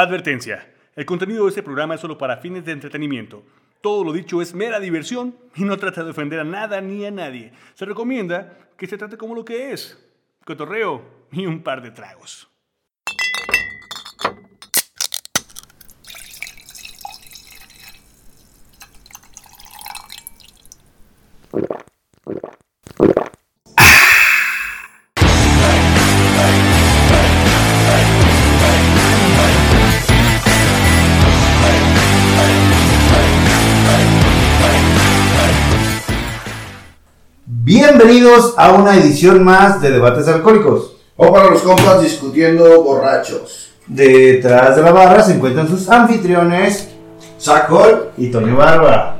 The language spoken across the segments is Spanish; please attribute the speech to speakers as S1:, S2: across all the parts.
S1: Advertencia. El contenido de este programa es solo para fines de entretenimiento. Todo lo dicho es mera diversión y no trata de ofender a nada ni a nadie. Se recomienda que se trate como lo que es. Cotorreo y un par de tragos.
S2: Bienvenidos a una edición más de Debates Alcohólicos.
S3: O para los compas discutiendo borrachos.
S2: Detrás de la barra se encuentran sus anfitriones, Sacol y Tony Barba.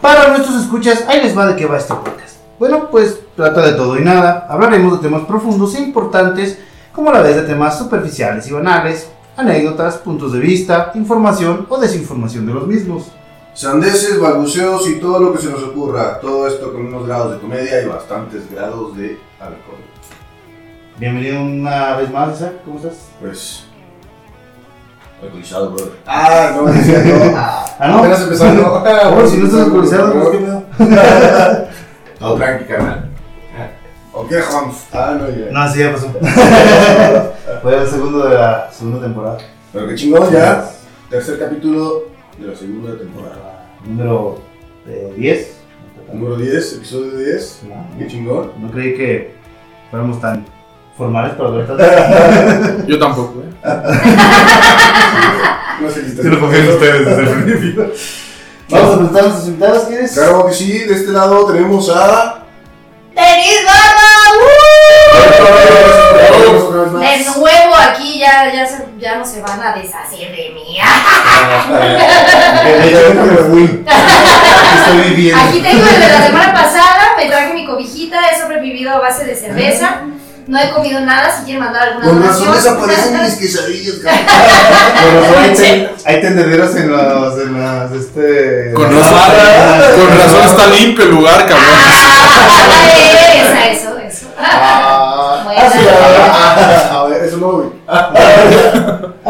S2: Para nuestros escuchas, ahí les va de qué va este podcast. Bueno, pues trata de todo y nada. Hablaremos de temas profundos e importantes, como a la vez de temas superficiales y banales, anécdotas, puntos de vista, información o desinformación de los mismos.
S3: Sandeces, balbuceos y todo lo que se nos ocurra. Todo esto con unos grados de comedia y bastantes grados de alcohol.
S2: Bienvenido una vez más, Isaac. ¿Cómo estás?
S3: Pues. Alcoholizado, brother. Ah, no, es que no.
S2: Ah, no.
S3: Apenas empezando.
S2: Oh, si no estás alcoholizado, pues, ¿qué pedo?
S3: Todo tranqui, carnal. ¿O qué, Hans? Ah, no, ya.
S2: No, sí, ya pasó. Fue el segundo de la segunda temporada.
S3: Pero qué chingón, ya. Tercer capítulo de la segunda temporada.
S2: Número eh, 10.
S3: Número 10, episodio 10. Qué chingón.
S2: No creí que fuéramos tan formales para hablar tanto.
S4: Yo tampoco, ¿eh?
S3: No sé si está-
S2: ustedes desde el principio. Vamos a presentar a nuestros invitados, ¿quieres?
S3: Claro que sí, de este lado tenemos a.
S5: ¡Tenis Barba!
S3: Otra vez
S5: ¡Uh!
S3: más.
S5: De nuevo aquí ya, ya, se- ya no se van a deshacer de mí. Ah,
S2: El hecho de que me fui. Estoy viviendo.
S5: Aquí tengo el de la semana pasada, me traje mi cobijita, he sobrevivido a base de cerveza, no he comido nada, si quieren mandar alguna
S3: Con razón
S5: donación.
S3: desaparecen mis quesadillas, cabrón.
S2: Por razón hay, pues, ten- hay tendederos en los. En las este,
S4: Con
S2: en las
S4: razón,
S2: barras. Ah.
S4: con razón está limpio el lugar, cabrón.
S5: Ah, esa, eso, eso.
S3: Ah,
S5: Bueno.
S3: ah, sí, ah, ah, a ver, eso no, güey.
S2: Ah,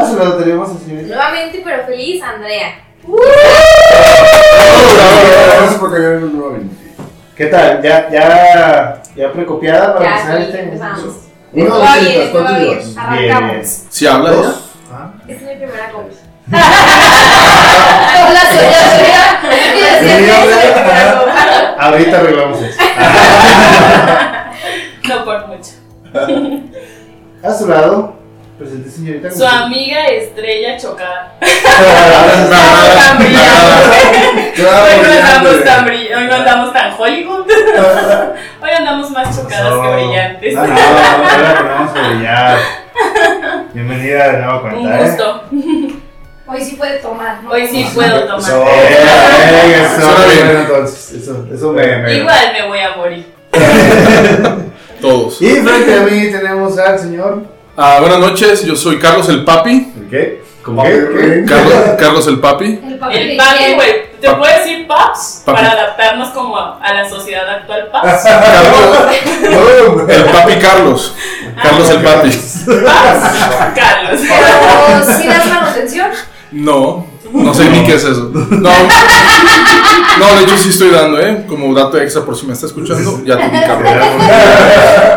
S2: se lo tenemos así.
S6: Nuevamente, pero feliz, Andrea.
S3: Gracias por caer en el nuevo año.
S2: ¿Qué tal? ¿Ya, ya, ya precopiada para empezar
S6: Ya, sí,
S2: este?
S6: vamos.
S3: Uno,
S6: Va
S3: dos,
S6: bien,
S3: tres,
S6: va
S3: ¿cuántos
S6: bien.
S3: llevas?
S6: Arrancamos.
S4: Si habla ya.
S3: Dos.
S6: Esta es mi primera comida.
S5: Con la suya, suya. Y la
S2: Sí,
S5: cerveza.
S2: Ahorita arreglamos Ah, eso.
S7: No por mucho.
S2: A su lado, presente señorita.
S7: Su amiga estrella chocada.
S4: Nada,
S7: Tan brillante.
S4: nada.
S3: Claro,
S7: Hoy no
S3: brillante.
S7: andamos tan brill- hoy no andamos tan Hollywood. Hoy andamos más chocadas que brillantes.
S2: No, no, ahora ponemos a brillar. Bienvenida de nuevo ¿eh? con
S7: Un gusto.
S5: Hoy sí puede tomar, ¿no?
S7: Hoy sí puedo
S2: Eso,
S7: tomar.
S2: eh, eh, eso,
S4: Suena bien.
S2: bueno, entonces, eso, eso me, me-
S7: Igual me voy a morir.
S4: Todos.
S2: Y frente a mí tenemos al señor.
S4: Ah, buenas noches, yo soy Carlos el Papi.
S2: ¿El qué?
S3: ¿Cómo
S2: ¿Qué?
S3: que?
S4: Carlos, Carlos el Papi.
S5: El papel
S7: El
S5: de
S7: papi,
S5: higiene.
S7: güey. ¿Te
S4: Papi.
S7: puedo decir paps?
S4: Papi.
S7: Para adaptarnos como a, a la sociedad actual, paps.
S4: Carlos,
S3: No, güey.
S4: el Papi Carlos. Carlos el Papi.
S7: Paps. Carlos.
S5: Pero si das manutención,
S4: No, no sé ni qué es eso. No, no, de hecho sí estoy dando, ¿eh? Como dato extra por si me está escuchando, ya te di Carlos.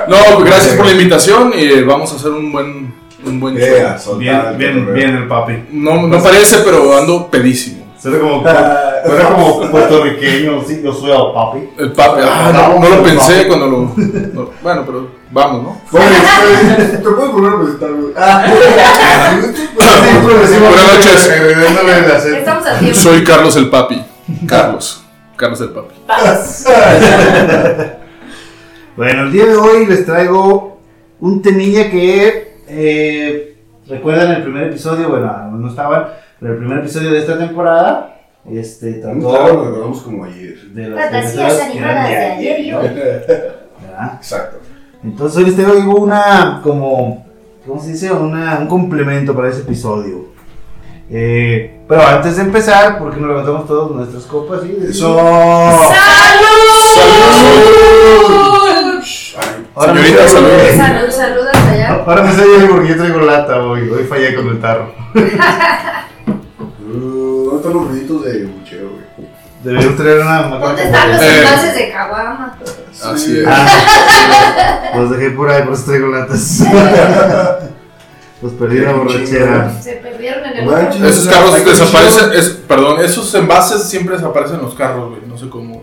S4: No, pues gracias por la invitación y eh, vamos a hacer un buen, un buen show.
S3: Vea, soltar
S2: Bien,
S3: el
S2: bien,
S3: cotorreo.
S2: bien el papi.
S4: No, no parece, pero ando pedísimo.
S2: Suena como, suena como puertorriqueño, sí, yo soy el papi.
S4: El papi, ah, no, no lo pensé cuando lo. no, bueno, pero vamos, ¿no?
S3: Bueno, este, Te puedes volver a presentar, güey. Ah,
S4: Buenas noches.
S2: Agregándole el acento.
S5: estamos a tiempo.
S4: Soy Carlos el Papi. Carlos. Carlos el Papi.
S7: Paps.
S2: Bueno, el día de hoy les traigo un temilla que eh, recuerdan el primer episodio, bueno, a lo mejor no estaban, pero el primer episodio de esta temporada, este
S3: Mm, Claro, lo
S2: trató
S3: grabamos como ayer.
S2: de las
S5: Fantasías
S2: aventuras que eran
S5: animadas
S2: de
S5: de ayer y hoy.
S2: ¿verdad?
S3: Exacto.
S2: Entonces hoy les traigo una como, ¿cómo se dice? Una- un complemento para ese episodio. Eh, pero antes de empezar, porque nos levantamos todos nuestras copas y
S3: Eso.
S7: ¡Salud!
S3: Ay,
S2: Ahora me
S4: Señorita,
S2: quiero-
S4: saludos.
S5: Salud, salud hasta allá ¿verdad?
S2: Ahora me sé yo porque yo traigo lata hoy. Hoy fallé con el tarro.
S3: Uh, ¿Dónde están los ruiditos de bucheo, güey?
S2: Deberíamos traer una macaca.
S5: ¿Dónde están los
S4: Eh.
S5: envases de caguama?
S4: Así es.
S2: Ah, los dejé por ahí, por eso traigo latas. Los perdí en la borrachera.
S5: Se perdieron en el
S3: Manches.
S5: mundo.
S4: Esos carros desaparecen, es- perdón, esos envases siempre desaparecen en los carros, güey. No sé cómo.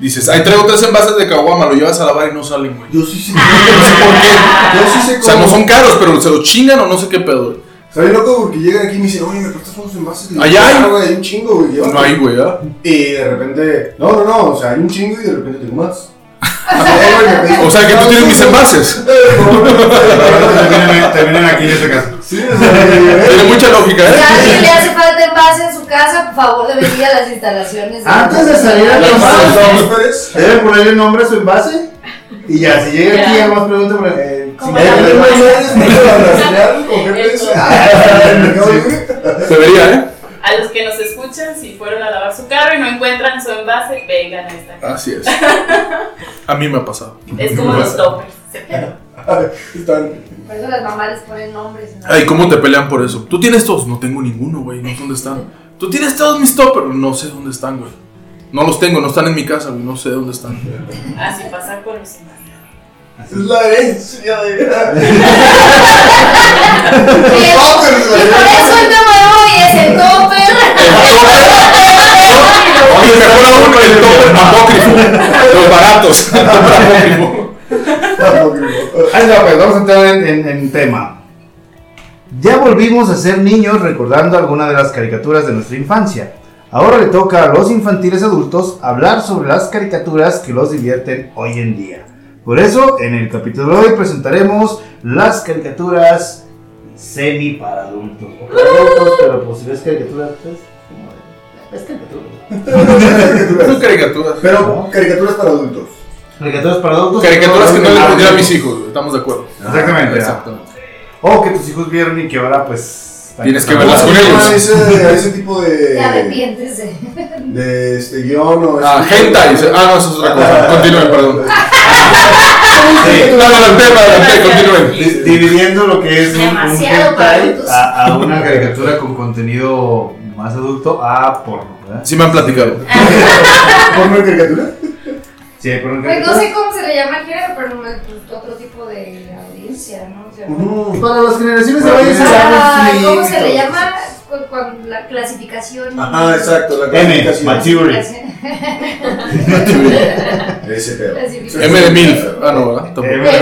S4: Dices, ay, traigo tres envases de caguama, lo llevas a lavar y no salen, güey.
S3: Yo sí sé.
S4: No sé por qué.
S3: Yo sí sé
S4: O sea, no
S3: cómo.
S4: son caros, pero se los chingan o no sé qué pedo. güey.
S3: Soy loco porque llegan aquí y me dicen, oye, me prestas unos envases. Y
S4: Allá hay.
S3: "Ah, güey, hay un chingo, güey. llévate".
S4: No hay, güey, ¿ah?
S3: Y de repente, no, no, no, o sea, hay un chingo y de repente tengo más. Eh, güey, me pediste-
S4: O sea, que tú tienes mis envases.
S2: Terminan terminan aquí en este caso.
S3: Sí, o sea,
S4: Tiene mucha lógica,
S5: Si a
S4: ¿eh?
S5: alguien le hace falta envase en su casa, por favor, de venir a las instalaciones.
S2: Antes de salir a
S3: ¿Las
S2: tomar,
S3: las mujeres?
S2: debe ponerle nombre a su envase. Y ya, si llega aquí,
S7: Ya.
S2: ya más pregunta por el.
S7: Como
S3: Eh,
S7: la
S3: güey,
S7: misma.
S3: no sabes, me acabo de rastrear con qué
S7: Eso.
S3: precio. Ah, me acabo de ir.
S4: Debería, ¿eh?
S7: A los que nos escuchan, si fueron a lavar su carro y no encuentran su envase, vengan a esta casa.
S4: Así es. A mí me ha pasado.
S7: Es como los toppers. se quedó.
S3: Están-
S5: Por eso las mamás les ponen nombres. ¿no?
S4: Ay, ¿cómo te pelean por eso? Tú tienes todos, no tengo ninguno, güey, no sé dónde están. Tú tienes todos mis toppers, no sé dónde están, güey. No los tengo, no están en mi casa, güey, no sé dónde están.
S7: Así pasa con los envases.
S3: Es la E. herencia de
S5: Y por eso el tema de hoy es el topper. Ah,
S4: Oye, me acuerdo uno del topper apócrifo, los baratos, el topper apócrifo.
S2: Ahí está, pues, vamos a entrar en, en- en tema. Ya volvimos a ser niños recordando alguna de las caricaturas de nuestra infancia. Ahora le toca a los infantiles adultos hablar sobre las caricaturas que los divierten hoy en día. Por eso, en el capítulo de hoy presentaremos las caricaturas semi para adultos. O para adultos, pero pues si ves caricaturas, pues, como de- es caricatura.
S4: Son caricaturas.
S3: Pero caricaturas para adultos.
S2: Caricaturas para adultos.
S4: Caricaturas que no les pondría a mis hijos, güey, estamos de acuerdo.
S2: Exactamente.
S4: Exactamente.
S2: O que tus hijos vieron y que ahora pues...
S4: Tienes que verlas con
S3: A
S4: ellos.
S3: ese, a ese tipo de.
S5: Te arrepientes de.
S3: de este guión o.
S4: Ah,
S3: ese tipo de-
S4: hentai. Ah, no, eso es otra cosa. Continúen, perdón. No, no, adelanté, me adelanté, continúen.
S2: Di- dividiendo lo que es un, un
S5: Este, Demasiado
S2: hentai
S5: adultos.
S2: a, a una caricatura con contenido más adulto a porno, ¿verdad?
S4: Sí me han platicado.
S3: ¿Porno de caricatura?
S2: Sí, hay porno
S5: Pues no
S2: caricatura.
S5: sé cómo se le llama el género, pero no es otro tipo de audiencia, ¿no? O sea,
S3: No.
S2: Para las generaciones de
S3: Para
S2: hoy
S3: mí
S2: es
S3: es-
S5: ah,
S2: algo
S5: ¿Cómo se le
S2: finito.
S5: llama? Cu- cuando la clasificación.
S3: Ajá, exacto, la
S2: M,
S3: clasificación.
S2: mature.
S5: Clasificación.
S3: Ese pedo.
S5: Clasificación.
S4: M de mil. Ah, no, ¿verdad? Tampoco.
S2: Eh,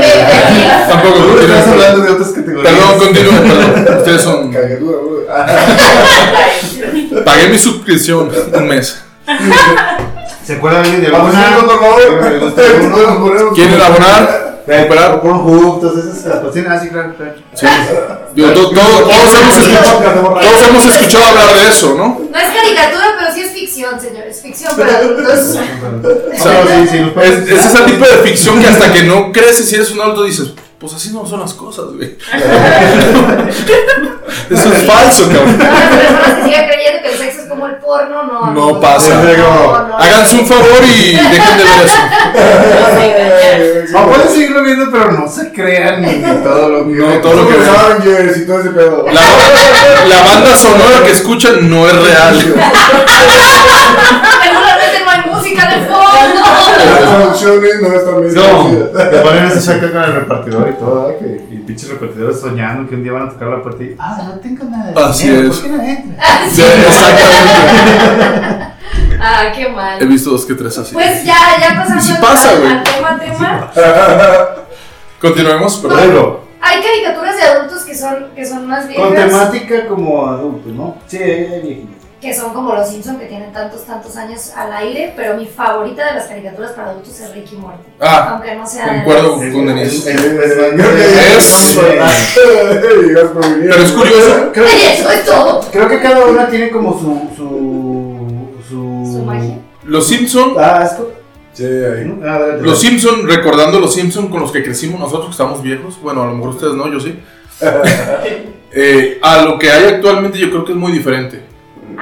S2: Tú
S4: Tampoco. continúen,
S2: estás
S4: perdón.
S2: hablando de otras categorías.
S4: Perdón, continúen, perdón. Ustedes son.
S3: Caricatura, bro. Ah,
S4: Pagué mi suscripción un mes.
S2: ¿Se acuerdan de
S3: Vamos
S2: alguna?
S3: a irnos, por favor. Podemos poner-
S4: ¿Quieren abonar? ¿Comprar?
S2: Por Hub, todas esas las patrocinan, ah, sí, claro, claro.
S4: Sí. Digo, to- to- todos, hemos escuchado, todos hemos escuchado hablar de eso, ¿no?
S5: No es caricatura, pero sí es ficción, señores. Ficción para adultos.
S2: O sea, sí, sí, los
S4: Es, es ese tipo de ficción que hasta que no creces y eres un adulto dices, pues así no son las cosas, güey. Eso es falso, cabrón.
S5: Todas las personas que sigan creyendo que el sexo es como el porno, no.
S4: No
S5: amigos.
S4: pasa.
S5: No, no.
S4: Háganse un favor y dejen de ver eso.
S2: No, pueden seguirlo viendo, pero no se crean ni de todo lo que.
S4: No, todo lo que-
S3: Los Avengers y todo ese pedo.
S4: La, la banda sonora que escuchan no es real.
S5: Seguramente no hay música de fondo.
S3: Las traducciones no están bien
S2: No,
S3: traducidas.
S2: te ponen ese chaca con el repartidor y todo, ¿eh? que, y pinches repartidores soñando que un día van a tocar la puerta y, ah, no tengo nada de
S4: Así
S2: dinero,
S4: es.
S2: ¿por qué no entras?
S4: Sí, exactamente.
S5: Ah, qué
S4: He
S5: mal.
S4: visto dos que tres así.
S5: Pues ya, ya pasando
S4: Sí pasa,
S5: al,
S4: güey.
S5: al tema, tema.
S4: Continuemos,
S2: Por
S4: perdón.
S2: ejemplo,
S5: Hay caricaturas de adultos que son, que son más
S2: con
S5: viejas,
S2: temática como adulto, ¿no? Sí, viejito.
S5: que son como los Simpson que tienen tantos, tantos años al aire, pero mi favorita de las caricaturas para adultos es Ricky Morty.
S4: Ah,
S5: Aunque no sea
S4: concuerdo
S5: de
S4: con- con Denise.
S2: Es-
S4: Pero es curioso.
S2: Creo
S5: las-
S2: que,
S5: Eso es todo.
S2: creo que cada una tiene como su. su. su.
S5: Su magia.
S4: Los Simpson
S2: Ah, es co-
S3: Sí, ahí.
S2: Ah, adelante.
S4: Los Simpson, recordando los Simpson con los que crecimos nosotros, que estamos viejos, bueno, a lo mejor ustedes no, yo sí. Eh, a lo que hay actualmente, yo creo que es muy diferente.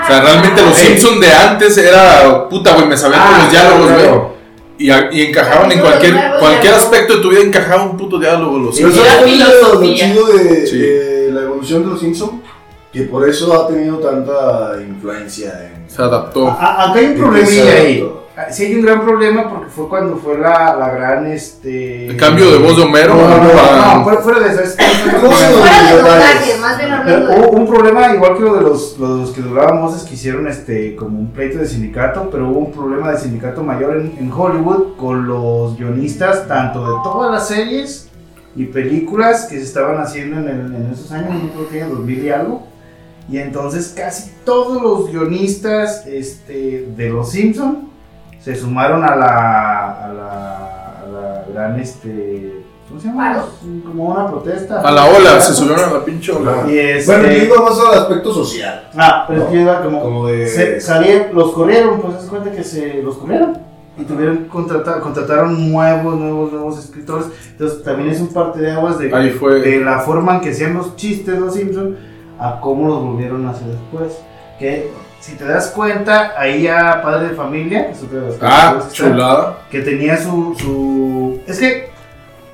S4: O sea, realmente los
S2: Ey.
S4: Simpson de antes era puta, güey, me sabían todos
S2: Ah,
S4: los diálogos, güey.
S2: claro.
S4: Y, a- y encajaban en cualquier, cualquier aspecto de tu vida, encajaba un puto diálogo. Los
S3: Pero
S7: Sí,
S3: ¿sabes
S7: la
S3: cuál es lo- lo
S7: filosofía.
S3: chido de,
S4: Sí.
S3: de la evolución de los Simpsons? Que por eso ha tenido tanta influencia en...
S4: se adaptó.
S2: A- Ah, acá hay un
S3: en
S2: problemilla
S3: ese
S2: ahí.
S3: adulto.
S2: Ah, Sí hay un gran problema porque fue cuando fue la, la gran, este...
S4: El cambio de voz de Homero.
S2: No, no, no,
S4: a-
S2: no, fuera, fuera de eso. es-
S3: ¿Cómo se
S5: Fuera de doblaje,
S3: detalles?
S5: más bien hablando
S4: Oh,
S5: de.
S2: Hubo un problema igual que lo de los, lo de los que doblaban voces que hicieron este como un pleito de sindicato, pero hubo un problema de sindicato mayor en, en Hollywood con los guionistas tanto de todas las series y películas que se estaban haciendo en, el- en esos años, no creo que en 2000 y algo. Y entonces casi todos los guionistas este, de Los Simpson se sumaron a la, a la, a la gran este, ¿cómo se llama?
S5: Paro.
S2: Como una protesta.
S4: A la ola, se subieron a la pinche ola.
S2: Y este,
S3: Bueno, yo digo más al aspecto social.
S2: Ah, pero es que iba como.
S3: Como de...
S2: se- salieron- los corrieron, pues se cuenta que se los corrieron. Y tuvieron que contratar, contrataron nuevos, nuevos, nuevos escritores. Entonces también es un parte de aguas de,
S4: Ahí fue.
S2: de la forma en que hacían los chistes los Simpson a cómo los volvieron a hacer después. Que si te das cuenta, ahí ya Padre de Familia, que es otra de las
S4: Ah,
S2: caricaturas que está,
S4: chulada.
S2: que tenía su, su. Es que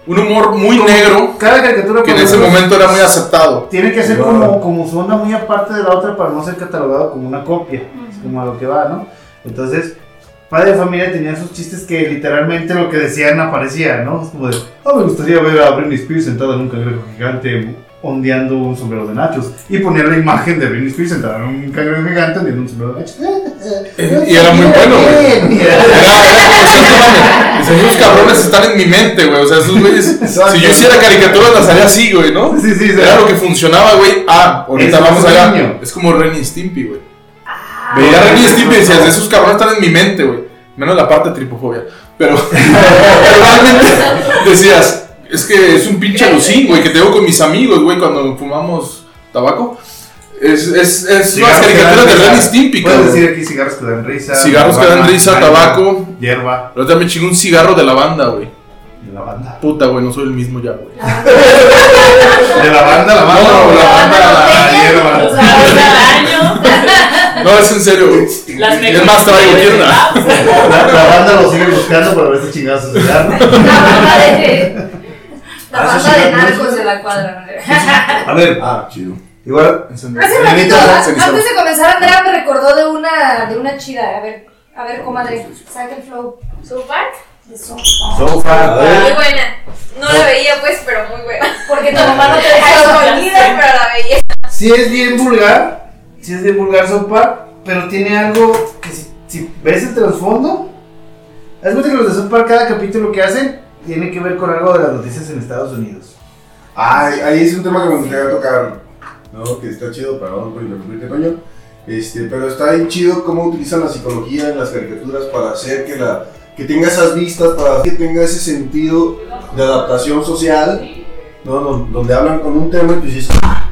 S4: Un humor muy negro
S2: cada caricatura.
S4: que en
S2: por
S4: ese
S2: ejemplo,
S4: momento era muy aceptado.
S2: Tiene que ser
S3: Wow.
S2: como, como su onda muy aparte de la otra para no ser catalogado como una copia, es como a lo que va, ¿no? Entonces, padre de familia tenía sus chistes que literalmente lo que decían aparecía, ¿no? Es como de, ah, me gustaría ver a Britney Spears sentada en un cangrejo gigante ondeando un sombrero de nachos. Y poner la imagen de Britney Spears sentada en un cangrejo gigante ondeando un sombrero de nachos.
S4: Eh, Y era muy bueno, güey.
S2: Bien, bien.
S4: Era, era como, "Sí, no mames, esos cabrones están en mi mente, güey. O sea, esos güeyes. Si yo hiciera caricaturas, las haría así, güey, ¿no?
S2: Sí, sí, sí.
S4: Era lo que funcionaba, güey. Ah, ahorita
S2: Es
S4: vamos
S2: más
S4: allá.
S2: niño.
S4: Es como Ren y Stimpy, güey.
S2: Ah.
S4: Veía a Ren y Stimpy y decías, esos cabrones están en mi mente, güey. Menos la parte de tripofobia. Pero realmente decías, es que es un pinche alucín, güey, que tengo con mis amigos, güey, cuando fumamos tabaco. Es, es, es las
S2: Cigarros que dan
S4: caricaturas de
S2: risa.
S4: Ren y Stimpy,
S2: Puedes
S4: cabrón.
S2: decir aquí cigarros que dan risa.
S4: Cigarros que dan
S2: marihuana,
S4: risa,
S2: marihuana,
S4: tabaco.
S2: Hierba,
S4: Pero también chingo un cigarro de la banda, güey.
S2: de la banda.
S4: Puta, güey, no soy el mismo ya, güey.
S2: De la banda, la banda.
S4: No, la banda, la-
S2: la hierba.
S7: Los años al año.
S4: No, es en serio, güey.
S7: Las
S4: Es más, traigo pierna.
S2: La, la banda lo sigue buscando para ver si chingados se cigarro.
S5: Ah, La banda de. La
S3: Ah, eso
S5: banda
S3: sí,
S5: de
S3: no,
S5: narcos de la cuadra.
S2: A ver,
S3: Ah, chido.
S2: igual.
S5: Hace ratito, a- antes de comenzar, Andrea me recordó de una, de una chida. A ver, a ver, comadre, saca el flow.
S6: ¿Su Park?
S5: de South Park.
S2: Sofa.
S6: Muy buena. No la veía, pues, pero muy buena.
S5: Porque tu mamá no te deja
S6: Escondida,
S5: dormir.
S6: pero la veía.
S2: Si es bien vulgar, si es bien vulgar Sopa, pero tiene algo que si, si ves el trasfondo, haz cuenta que los de Sopa, cada capítulo que hacen, tiene que ver con algo de las noticias en Estados Unidos.
S3: Ay, ahí es un tema que me gustaría tocar, ¿no? Que está chido, perdón por interrumpirte, Toño. Este, pero está bien chido cómo utilizan la psicología en las caricaturas para hacer que, la, que tenga esas vistas, para que tenga ese sentido de adaptación social, ¿no? Don- Donde hablan con un tema y tú dices, "Ah,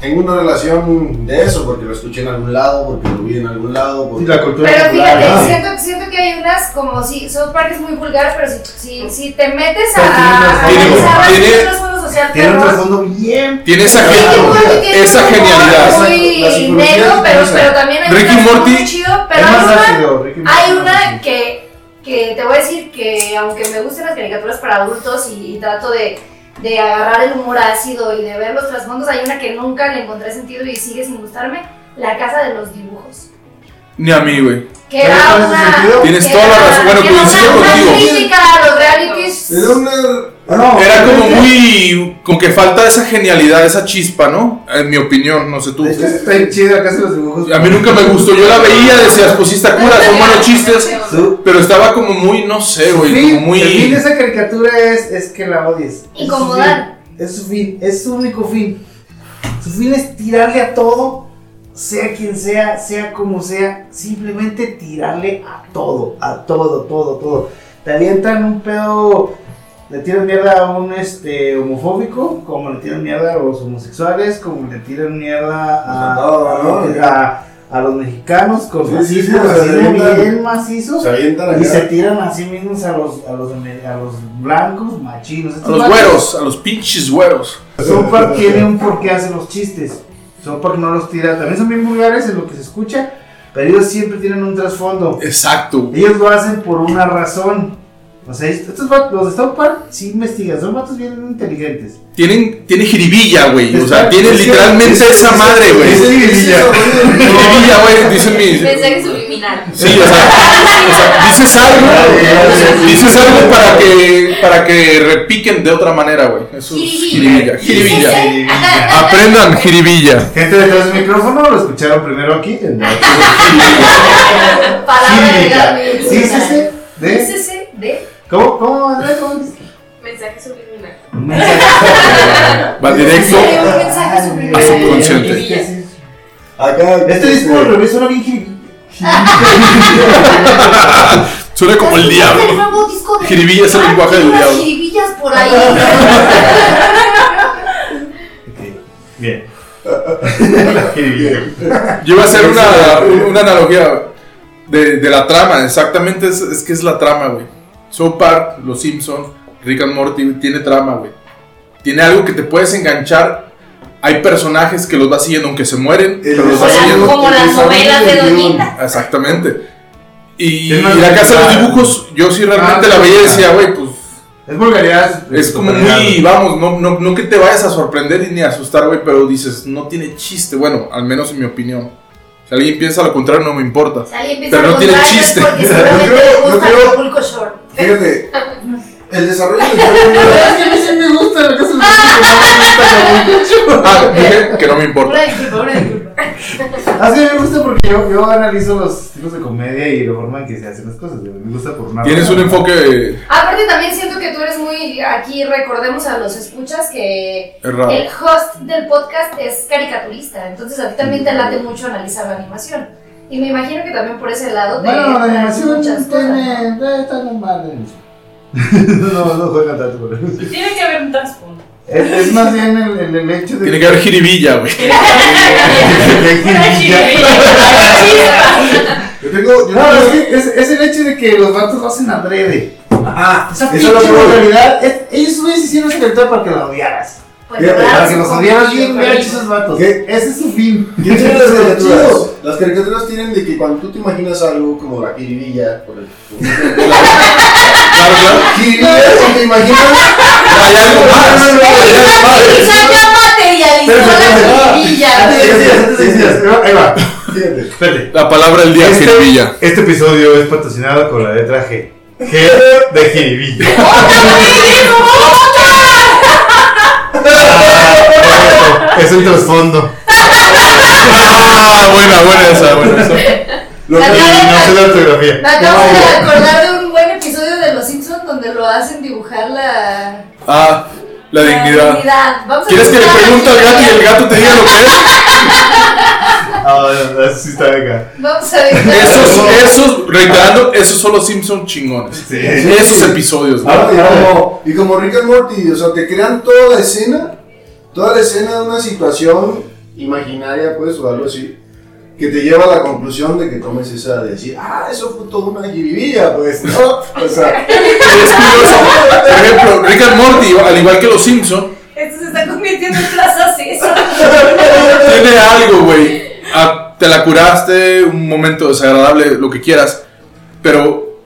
S3: tengo una relación de eso, porque lo escuché en algún lado, porque lo vi en algún lado. Porque...
S2: cultura
S5: Pero
S2: popular,
S5: fíjate,
S2: ¿no?
S5: siento, siento que hay unas como si South Park es muy vulgar, pero si, si, si te metes
S2: Pero tiene
S5: a
S2: razón.
S4: Tiene-
S5: analizar
S4: tiene-
S5: tiene un trasfondo social
S2: Tiene un
S5: perrón,
S2: trasfondo bien.
S4: Tiene esa
S5: Rick y
S4: genialidad.
S5: Morty tiene
S4: Esa
S5: un humor
S4: genialidad.
S3: La
S5: Muy
S3: psicología
S5: negro, pero,
S3: utiliza.
S5: pero también hay
S4: Rick y
S5: un trasfondo
S4: Morty
S5: muy chido. Pero
S2: es
S5: hay
S2: más
S5: una,
S2: ácido, Ricky
S5: hay
S2: Martin.
S5: una que, que te voy a decir que, aunque me gustan las caricaturas para adultos y, y trato de, de agarrar el humor ácido y de ver los trasfondos, hay una que nunca le encontré sentido y sigue sin gustarme: La Casa de los Dibujos.
S4: Ni a mí, güey.
S5: Que
S2: ¿No le
S5: era
S2: parece sentido?
S5: una.
S4: Tienes
S5: que
S4: toda la
S5: era-
S4: razón. Bueno,
S5: que era
S4: coincido
S5: una-
S4: contigo.
S5: Una crítica a los realities.
S3: Era una-
S2: Ah, no,
S4: Era como muy. Como que falta esa genialidad, esa chispa, ¿no? En mi opinión, no sé tú.
S2: Es que está bien chido acá se los dibujos.
S4: A mí nunca me gustó. Yo la veía, decías, pues sí está cura, son malos chistes.
S2: Su-
S4: Pero estaba como muy, no sé,
S2: su
S4: güey.
S2: fin,
S4: Como
S2: El fin de
S4: muy.
S2: esa caricatura es, es que la odies. Es su
S5: Incomodar.
S2: fin, Es su fin, es su único fin. Su fin es tirarle a todo, sea quien sea, sea como sea, simplemente tirarle a todo, a todo, todo, todo. Te avientan un pedo, le tiran mierda a un este homofóbico, como le tiran mierda a los homosexuales, como le tiran mierda a,
S3: Todo,
S2: a-
S3: ¿no?
S2: a- a los mexicanos con
S3: Sí, sí, sí,
S2: racismo,
S3: o sea,
S2: racismo
S3: avientan-
S2: bien macizo.
S3: Se avientan acá.
S2: Y se tiran a sí mismos a los, a los, a los blancos machinos.
S4: A los güeros, a los pinches güeros.
S2: Sopak tiene un porqué hace los chistes. Sopak no los tira. También son bien vulgares en lo que se escucha. Pero ellos siempre tienen un trasfondo.
S4: Exacto.
S2: Ellos lo hacen por una razón. O sea, estos vatos, los de South Park sí investigan, son vatos bien inteligentes.
S4: Tienen, tiene jiribilla, güey. O sea, tiene
S2: Es que-
S4: literalmente
S2: es que-
S4: esa madre, güey.
S2: es que-
S4: Jiribilla, güey, dicen mis.
S6: Mensaje subliminal.
S4: Sí, o sea, o sea, dices algo, dices algo para que, para que repiquen de otra manera, güey. Eso es jiribilla,
S6: Jiribilla.
S4: jiribilla.
S2: Jiribilla.
S4: Aprendan jiribilla.
S2: Gente detrás del micrófono lo escucharon primero aquí. en la-
S5: Palabra de
S2: Sí,
S5: Gabriel.
S2: sí, sí, sí.
S5: Sí,
S2: ¿De?
S5: sí, sí, de-
S2: ¿Cómo? ¿Cómo? Andrés? ¿Cómo dices?
S6: Mensaje subliminal.
S2: Un mensaje.
S4: Va directo.
S5: Sí, un mensaje subliminal.
S4: A subconsciente.
S2: Es que sí.
S3: Acá.
S2: Este disco al revés suena bien jiribilla.
S4: Suena como el
S5: Pues, El
S4: diablo.
S5: nuevo disco de-
S4: Jiribilla es el
S5: Ah,
S4: lenguaje del
S5: unas
S4: diablo.
S5: jiribillas por ahí.
S2: Ok, Bien.
S4: Yo iba a hacer una, una analogía de, de la trama. Exactamente es, es que es la trama, güey. South Park, Los Simpsons, Rick and Morty, güey, tiene trama, güey. Tiene algo que te puedes enganchar. Hay personajes que los vas siguiendo aunque se mueren, pero los
S5: O
S4: vas
S5: sea,
S4: siguiendo.
S5: como las novelas de Doñita.
S4: Exactamente. Y,
S2: Es más
S4: y la casa de los
S2: vulgar.
S4: dibujos, yo sí realmente
S2: Ah,
S4: la
S2: sí,
S4: veía y
S2: claro.
S4: decía, güey, pues
S2: Es vulgaridad.
S4: es como muy, vamos, no, no, no que te vayas a sorprender ni a asustar, güey, pero dices, no tiene chiste, bueno, al menos en mi opinión. Si alguien piensa lo contrario, no me importa.
S5: Alguien empieza
S4: Pero no
S5: a
S4: tiene
S5: contar,
S4: chiste.
S5: pues, Porque seguramente
S3: No creo- no
S5: le gusta
S3: creo-
S5: Acapulco Shore.
S3: Fíjate, el desarrollo de
S2: A mí sí me gusta la casa de los dibujos.
S4: Ah, dije que no me importa.
S5: Una disculpa, una disculpa.
S2: Así me gusta porque yo, yo analizo los tipos de comedia y la forma en que se hacen las cosas. güey. Me gusta por nada.
S4: Tienes un enfoque
S5: Aparte también siento que tú eres muy aquí recordemos a los escuchas que
S4: errado.
S5: el host del podcast es caricaturista, entonces a ti también te late mucho analizar la animación. Y me imagino que también por ese lado te
S2: Bueno, la
S5: traen
S2: animación
S5: muchas cosas.
S2: tiene. eh, Está normal. No, no juegan tanto por eso.
S7: Tiene que haber un trasfondo.
S2: Es, es más bien el, el, el hecho de
S4: Tiene que haber jiribilla, güey.
S7: Tiene que haber una jiribilla.
S3: Yo tengo. Yo
S2: No, es,
S3: tengo
S2: que es, es el hecho de que los vatos lo hacen adrede.
S3: Ajá,
S2: Esa
S3: eso es lo
S2: pinche
S3: que voy.
S2: vulgaridad, es- ellos güeyes hicieron esa caricatura para que la odiaras.
S5: Pues,
S3: Fíjate,
S5: claro,
S2: Para que los
S5: supongo
S2: odiaras
S5: que
S2: bien,
S5: yo
S2: vean
S5: creo.
S2: esos vatos.
S3: ¿Qué?
S2: Ese es su fin.
S3: ¿Quién tiene las
S2: Eso es lo
S3: caricaturas?
S2: chido.
S3: Las caricaturas tienen de que cuando tú te imaginas algo como la jiribilla, por el. por-
S4: Claro, claro.
S3: Jiribilla, cuando te imaginas.
S4: Hay algo más. Este
S2: No, no, no, no,
S4: Hay algo más.
S5: Quizá ya materializó la
S2: Antes de que
S5: jiribilla.
S2: sigas, antes de que sigas. Ahí va, Ahí va.
S3: Fíjate.
S2: Espérate.
S4: La palabra del día, jiribilla.
S2: este episodio es patrocinado con la letra G. G de Jiribilla. Ah, es un trasfondo.
S4: Ah, buena, buena esa, buena esa.
S3: Lo
S5: La
S3: que-
S5: cara-
S2: la ortografía.
S5: Me acabo de acordar de un buen episodio de Los Simpsons donde lo hacen dibujar la,
S4: Ah, la dignidad.
S5: Vamos a
S4: ¿Quieres que le
S5: dibujar la
S4: pregunte al gato y el
S5: dignidad.
S4: gato te diga lo que es?
S2: Ah, bueno, eso sí está acá.
S5: Vamos a dibujar.
S4: Esos, esos, reiterando, esos son los Simpson chingones.
S2: Sí.
S4: Esos episodios, güey.
S3: Ahora, y, como, y como Rick and Morty, o sea, te crean toda la escena, toda la escena de una situación imaginaria, pues, o algo así, que te lleva a la conclusión de que tomes esa de decir, ah, eso fue toda una jiribilla, pues, ¿no? O sea,
S4: Es curioso. Por ejemplo, Rick and Morty, al igual que los Simpson,
S6: Esto se está convirtiendo en plaza César.
S4: tiene algo, güey. Ah, Te la curaste, un momento desagradable, lo que quieras, pero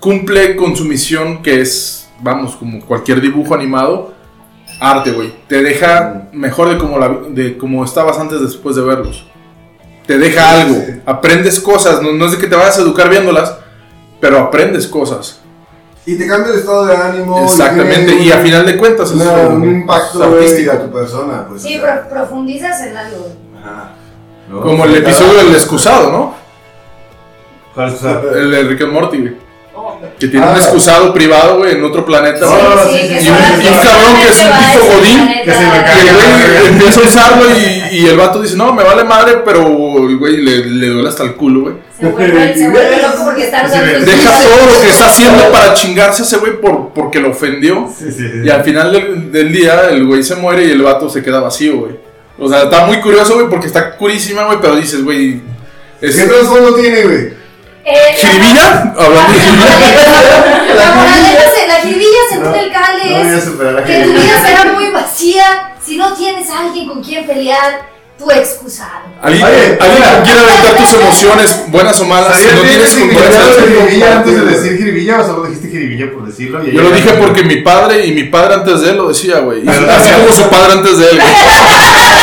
S4: cumple con su misión que es, vamos, como cualquier dibujo animado, arte, güey. Te deja mejor de como, la- de como estabas antes después de verlos. Te deja
S3: Sí,
S4: algo,
S3: sí.
S4: aprendes cosas, no, no es de que te vayas a educar viéndolas, pero aprendes cosas.
S3: y te cambia el estado de ánimo. y
S4: Exactamente,
S3: tiene
S4: y a
S3: un-
S4: final de cuentas es
S3: una- un
S4: un-
S3: impacto güey, a tu persona, pues.
S5: Sí,
S3: o sea,
S5: pero profundizas en algo.
S3: ajá.
S4: Como el episodio del excusado, ¿no?
S2: ¿Cuál es esa?
S4: El de Rick and Morty, güey. Que tiene
S3: Ah.
S4: un excusado privado, güey, en otro planeta. güey.
S2: Ah, sí,
S5: Sí,
S2: sí,
S5: que
S2: sí.
S4: Y un,
S5: solamente-
S4: y un cabrón que es un
S5: solamente
S4: tipo
S5: va a ese
S4: godín.
S5: planeta.
S2: que se me
S4: Que el
S2: cae.
S4: güey empieza a usarlo y, y el vato dice, no, me vale madre, pero el güey le, le duele hasta el culo, güey.
S5: Se vuelve, se vuelve loco porque está usando
S2: Sí,
S5: sus
S4: Deja
S5: chistes.
S4: todo lo que está haciendo para chingarse a ese güey por, porque lo ofendió.
S2: Sí, sí, sí.
S4: Y al final del, del día, el güey se muere y el vato se queda vacío, güey. O sea, está muy curioso, güey, porque está curísima, güey, pero dices, güey... Es,
S3: ¿Qué trasfondo tiene, güey?
S5: Eh,
S4: ¿Jiribilla?
S5: La
S4: Hablando de jiribilla.
S5: moraleja- la moraleja se- la jiribilla según el
S2: No voy
S5: Cale
S2: a
S5: es
S2: superar a
S5: que tu
S2: Jiribilla.
S5: vida será muy vacía si no tienes a alguien con quien pelear tu excusado.
S4: ¿Alguien,
S3: Oye,
S4: alguien que quiera aventar tus emociones, buenas o malas, si no tienes con cuál hacer-
S2: jiribilla antes de decir jiribilla o solo dijiste jiribilla por decirlo? Y
S4: Yo
S2: ahí-
S4: lo dije porque mi padre y mi padre antes de él lo decía, güey. Y Así como su padre antes de él. güey.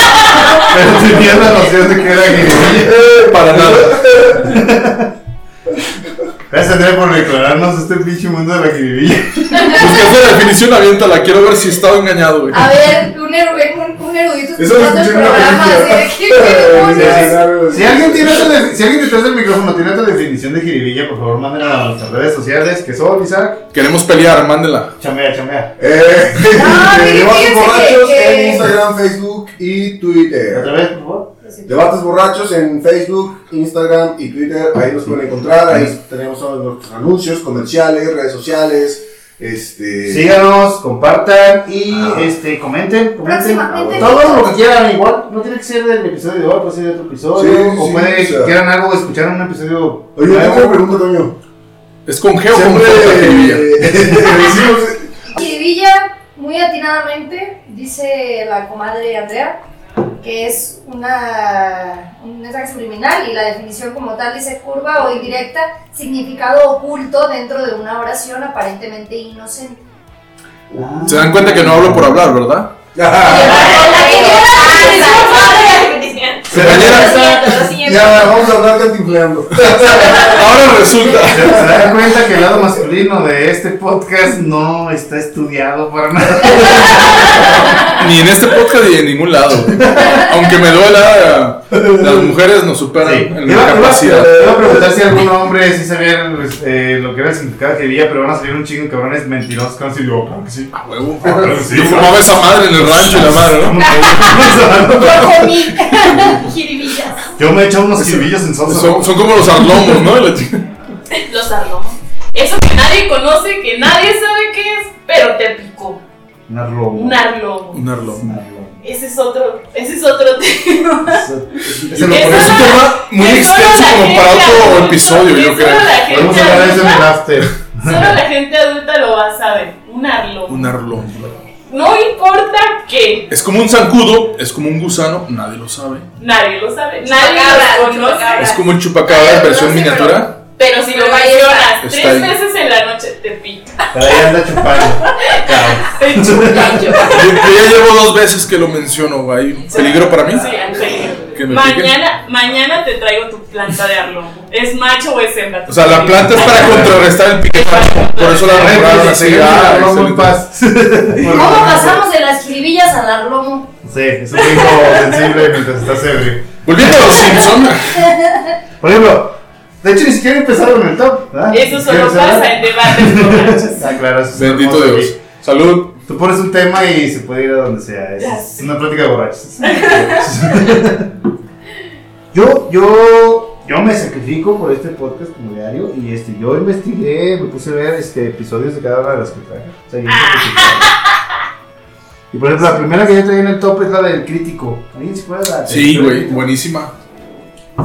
S2: Pero tenía la noción de que era jiribilla.
S4: Para nada.
S2: Gracias, Andrea, por declararnos este pinche mundo de la jiribilla.
S4: Buscaste la Pues definición, aviéntala. Quiero ver si estaba engañado, güey.
S5: A ver, un, heru- un, un erudito
S3: Eso lo
S5: escuchando el
S3: escuché en una
S5: programa.
S3: película.
S5: así de, ¿qué- qué demonios?
S2: Si alguien, tiene otra de- si alguien detrás del micrófono tiene otra definición de jiribilla, por favor, mándenla a nuestras redes sociales, que son Isaac.
S4: Queremos pelear, mándela.
S2: Chambea, chambea.
S3: Eh,
S5: No,
S3: debates
S5: fíjense
S3: borrachos
S5: Ah, que-
S3: en Instagram, Facebook y Twitter.
S2: Otra vez, por favor.
S3: Debates borrachos en Facebook, Instagram y Twitter. Ahí nos pueden encontrar. Ahí tenemos todos nuestros anuncios, comerciales, redes sociales. Este.
S2: Síganos, compartan y
S3: Ah.
S2: este, comenten, comenten.
S5: Próximamente.
S2: Todo lo que quieran, igual. No tiene que ser del episodio de hoy, puede ser de otro episodio.
S3: Sí,
S2: o
S3: sí,
S2: puede que
S3: o sea.
S2: quieran algo, escuchar un episodio.
S3: Oye, yo tengo
S2: nuevo.
S3: una pregunta, Toño.
S4: ¿Es con G o con
S3: Siempre.
S4: J, Jiribilla?
S3: decimos,
S5: Chirivilla, muy atinadamente, dice la comadre Andrea, que es una, un mensaje subliminal y la definición como tal dice curva o indirecta, significado oculto dentro de una oración aparentemente inocente.
S4: Se dan cuenta que no hablo por hablar, ¿verdad?
S3: ya, vamos a hablar cantinfleando.
S4: Ahora resulta.
S2: Se se dan cuenta que el lado masculino de este podcast no está estudiado para nada.
S4: Ni en este podcast ni en ningún lado. güey. Aunque me duela, las mujeres nos superan
S2: Sí.
S4: en
S2: Iba,
S4: la
S2: iba-
S4: capacidad.
S2: iba a preguntar si algún hombre sí sabía eh, lo que era el significado que vivía, pero van a salir un chingo de cabrones mentirosos que van a decir, "Oh, claro que sí.
S4: A huevo.
S2: claro que sí.
S4: Yo fumaba esa madre en el rancho y la madre, ¿no?
S2: Yo me he echado unos silbillos en salsa.
S4: Son, son como los arlomos, ¿no? La chica-
S7: Los arlomos. Eso que nadie conoce, que nadie sabe qué es, pero te picó.
S2: Un arlomo.
S7: Un arlomo.
S4: Un arlomo.
S2: Un arlomo.
S7: Ese es otro, ese es otro tema.
S2: Eso- ese lo
S7: Eso
S4: Es
S2: podemos-
S4: un tema muy
S7: Que solo
S4: extenso
S7: la
S4: como para
S7: gente
S4: otro
S7: adulta-
S4: episodio,
S7: que
S4: yo creo.
S7: Solo la
S2: Podemos
S7: gente,
S2: hablar de eso en el
S7: adulta,
S2: after.
S7: solo la gente adulta lo va a saber. Un arlomo.
S4: Un arlomo.
S7: No importa qué,
S4: Es como un zancudo, es como un gusano, nadie lo sabe.
S7: nadie lo sabe. Nadie
S6: Chupacabras,
S7: lo conoce.
S6: chupacabras.
S4: Es como un chupacabra en versión miniatura.
S7: Pero si lo
S6: Pero ahí
S7: mencionas
S4: está.
S7: tres
S4: Está ahí.
S7: veces en la noche, te pica.
S2: Pero ahí anda chupando. Cabrón.
S7: Te chupa.
S4: Yo, yo ya llevo dos veces que lo menciono, güey. ¿Peligro para mí?
S7: Sí, al peligro.
S4: Que me
S7: Mañana, mañana te traigo tu planta de arlomo. ¿Es macho o es hembra?
S4: O sea, la planta es para contrarrestar el piquete. Por eso la nombraron
S2: Bueno,
S4: así.
S2: seguimos el
S4: Ah,
S2: arlomo en
S4: excelente.
S2: paz.
S5: ¿Cómo pasamos de las chirivillas al arlomo?
S2: Sí, es un hijo sensible mientras estás ebrio.
S4: Volviendo a los Simpsons.
S2: Por ejemplo, de hecho ni siquiera empezaron en el top. ¿verdad?
S7: Eso solo
S2: ¿Quieres hablar?
S7: pasa en debates borrachos.
S2: Ah, claro, eso es
S4: Bendito
S2: hermoso.
S4: Dios. Salud.
S2: Tú pones un tema y se puede ir a donde sea. Es,
S7: Ya
S2: es
S7: sé.
S2: una plática de borrachos. yo, yo, yo me sacrifico por este podcast como diario y este, yo investigué, me puse a ver este, episodios de cada una de las que traje. O sea, yo me sacrifiqué. y por ejemplo, la primera que yo traía en el top es la del crítico. ¿Alguien se acuerda? de la-
S4: Sí, güey. Buenísima.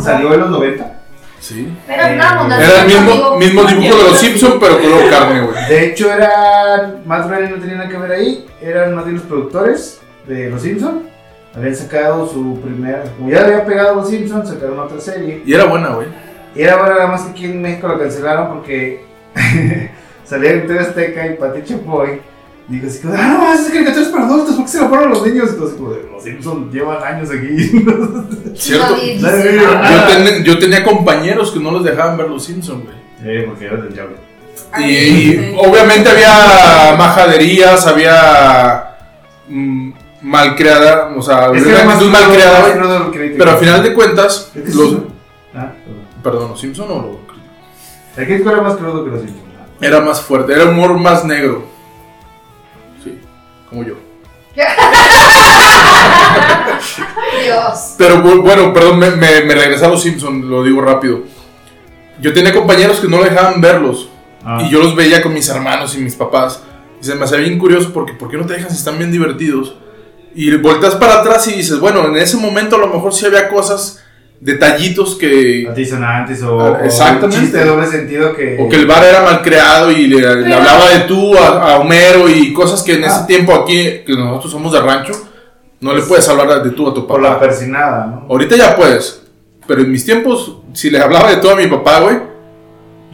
S2: Salió en los 90.
S4: Sí.
S5: Pero andábamos dando
S4: Era el mismo,
S5: contigo.
S4: mismo dibujo de los Simpsons, pero color carne, güey.
S2: De hecho, era. Matt Groening no tenía nada que ver ahí. Eran más bien los productores de Los Simpson. Habían sacado su primer. Como ya le había pegado a Los Simpson, sacaron otra serie.
S4: Y era buena, güey.
S2: Y era ahora nada más que aquí en México lo cancelaron porque salía en TV Azteca y Pati Chapoy dijo así como, ah, no, esas caricaturas para adultos, ¿por qué se la ponen a los niños? Entonces como, de, los Simpsons llevan años aquí.
S4: ¿Cierto?
S5: Sí,
S2: Nadie
S5: sí,
S2: vio
S5: sí.
S2: nada.
S4: Yo, ten- yo tenía compañeros que no los dejaban ver los Simpsons, güey.
S2: eh, porque era del diablo.
S4: Y, y
S5: oh,
S4: obviamente había majaderías, había mm, malcriada, o sea,
S2: Es que
S4: una
S2: era más
S4: actitud
S2: crudo,
S4: malcriada,
S2: más
S4: güey.
S2: crudo de lo que critico.
S4: Pero al final de cuentas,
S2: Es que
S4: los,
S2: sí. Ah, perdón.
S4: perdón, los Simpson o lo-
S2: El crítico era más crudo que los Simpsons. ¿no?
S4: era más fuerte, era humor más negro. Sí, como yo.
S5: Dios.
S4: Pero bu- bueno, perdón, me, me, me regresé a los Simpson, lo digo rápido. Yo tenía compañeros que no dejaban verlos.
S2: Ah.
S4: Y yo los veía con mis hermanos y mis papás. Y se me hacía bien curioso porque ¿por qué no te dejan si están bien divertidos? Y volteas para atrás y dices, bueno, en ese momento a lo mejor sí había cosas, detallitos que...
S2: Antisonantes o,
S4: Ah,
S2: o
S4: exactamente.
S2: un chiste de doble sentido que...
S4: O que el bar era mal creado y le, le hablaba de tú a, a Homero y cosas que en ese tiempo aquí, que nosotros somos de rancho, No le puedes hablar de tú a tu
S2: Por la
S4: papá.
S2: persinada, ¿no?
S4: Ahorita ya puedes. Pero en mis tiempos, si le hablaba de tú a mi papá, güey.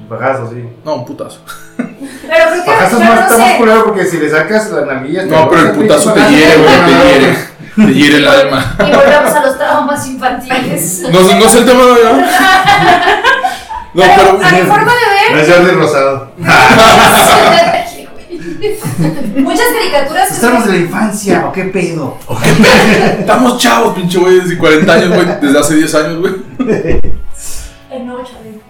S2: Pajazo, sí.
S4: No, un putazo.
S5: Pero creo que.
S2: Pajazo
S5: yo
S2: más,
S5: no
S2: está más
S5: sé.
S2: culero porque si le sacas la navilla.
S4: No, pero el putazo te hiere, güey. Te hiere. Te hiere el alma.
S5: Y volvemos a los traumas infantiles.
S4: No, sé- no es el tema de hoy, ¿no? No,
S5: pero, eh, a
S4: pero.
S5: mi forma de ver.
S2: No es Jordi Rosado.
S5: Muchas caricaturas que
S2: Estamos de la infancia, ¿o qué pedo?
S4: Estamos chavos, pinche güey, desde 40 años, güey. Desde hace 10 años, güey.
S5: Eh, no, Chabelo.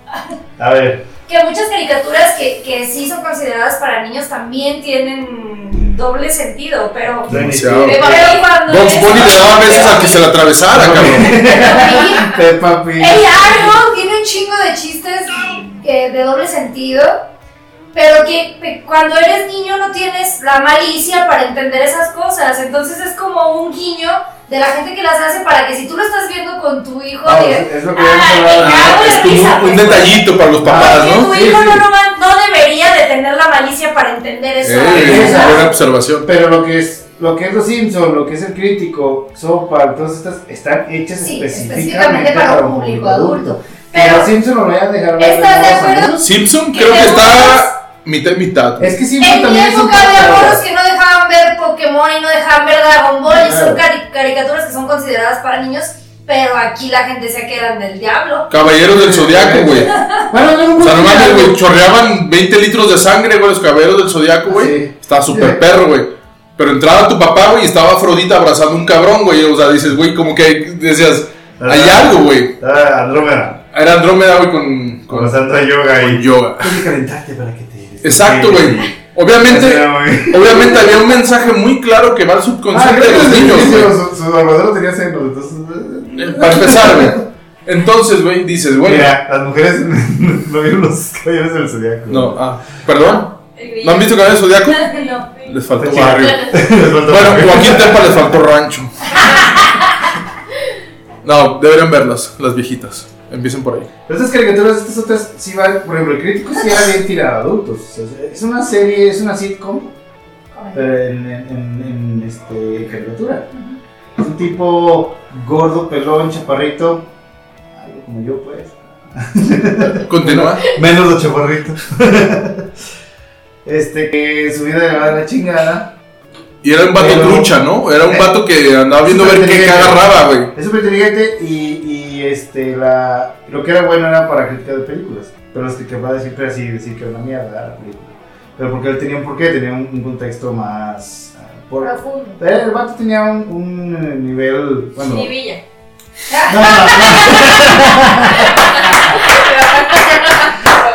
S2: A ver.
S5: que muchas caricaturas que, que sí son consideradas para niños también tienen doble sentido, pero,
S4: Demasiado.
S5: pero cuando
S4: Box
S5: es-
S4: Bunny le daba veces a que se la atravesara, cabrón.
S5: Pero-
S2: Peppa Pig.
S5: El Arnold tiene un chingo de chistes que- de doble sentido, pero que que cuando eres niño no tienes la malicia para entender esas cosas, entonces es como un guiño de la gente que las hace para que si tú lo estás viendo con tu hijo,
S2: Vamos,
S5: digas,
S2: es lo que
S5: "Ay,
S2: yo hablaba.
S5: me cago en
S4: Ah, Es
S5: la
S4: como
S5: risa",
S4: un, un
S5: pues,
S4: detallito para los papás,
S5: porque
S4: ¿no?
S5: tu
S2: Sí,
S5: hijo
S2: sí.
S5: no, nomás- no debería de tener la malicia para entender eso.
S4: Eh,
S2: Esa.
S4: buena observación.
S2: Pero lo que es lo que es los Simpson, lo que es el crítico, sopa, todas estas están hechas
S5: Sí,
S2: específicamente para un público adulto. Pero
S5: Pero-
S2: los Simpson lo voy a dejar ver
S5: ¿Estás de
S2: los
S5: acuerdo?
S2: adultos.
S4: Simpson
S5: ¿Qué
S4: creo que
S5: te
S4: está mitad y mitad. güey.
S2: Es que Simpson
S5: En mi
S2: también es un
S5: época había
S2: poco-
S5: monos que no dejaban ver Pokémon y no dejaban ver Dragon Ball y son
S2: Claro.
S5: cari- caricaturas que son consideradas para niños, pero aquí la gente decía que eran del diablo.
S4: Caballeros del Zodiaco, güey.
S2: Bueno, no,
S4: O sea, no mames, güey,
S2: no,
S4: chorreaban 20 litros de sangre, güey, los caballeros del Zodiaco, güey.
S2: Sí.
S4: Estaba súper
S2: Sí.
S4: perro, güey. Pero entraba tu papá, güey, y estaba Afrodita abrazando un cabrón, güey. O sea, dices, güey, como que decías, hay algo, güey.
S2: Ah, Andrómeda,
S4: Era Andrómeda, güey, con,
S2: con
S4: con,
S2: Sandra Yoga
S4: con
S2: y
S4: yoga.
S2: Tienes que calentarte para que te.
S4: Exacto,
S2: Sí.
S4: güey.
S2: O
S4: Obviamente,
S2: sea, güey.
S4: obviamente había un mensaje muy claro que va al
S2: Ah,
S4: subconsciente de
S2: creo
S4: los
S2: que sí,
S4: niños,
S2: sí,
S4: güey.
S2: Su, su Salvador tenía senos, entonces.
S4: Eh, Para empezar, güey. Entonces, güey, dices, güey.
S2: Mira, las mujeres no vieron los caballeros del zodiaco.
S4: No, ah, perdón.
S6: El grillo.
S4: ¿No han visto Cabello Zodíaco?
S6: No.
S4: Les faltó
S2: Sí.
S4: barrio.
S2: Les faltó
S4: Bueno,
S2: barrio.
S4: Joaquín Tepa les faltó rancho. No, deberían verlas, las viejitas. Empiecen por ahí.
S2: Pero Estas caricaturas, estas otras, sí van, por ejemplo, el crítico sí era bien tirado a adultos. o sea, es una serie, es una sitcom, pero en, en, en- en, este, en caricatura. Es un tipo gordo, pelón, chaparrito, algo como yo, pues.
S4: Continúa.
S2: Menos los chaparritos. este, que su vida le va a la chingada.
S4: Y era un vato
S2: Pero-
S4: trucha, ¿no? Era un vato que andaba viendo a ver qué, qué agarraba, güey.
S2: Es súper inteligente y, y este, la, lo que era bueno era para crítica de películas. Pero los que quebraba siempre así, decir que era una mierda la película. Pero porque él tenía un porqué, tenía un, un contexto más. ah, por-
S5: Profundo.
S2: Pero el vato tenía un, un, eh, nivel. Bueno,
S6: Mi villa.
S2: no, no, no.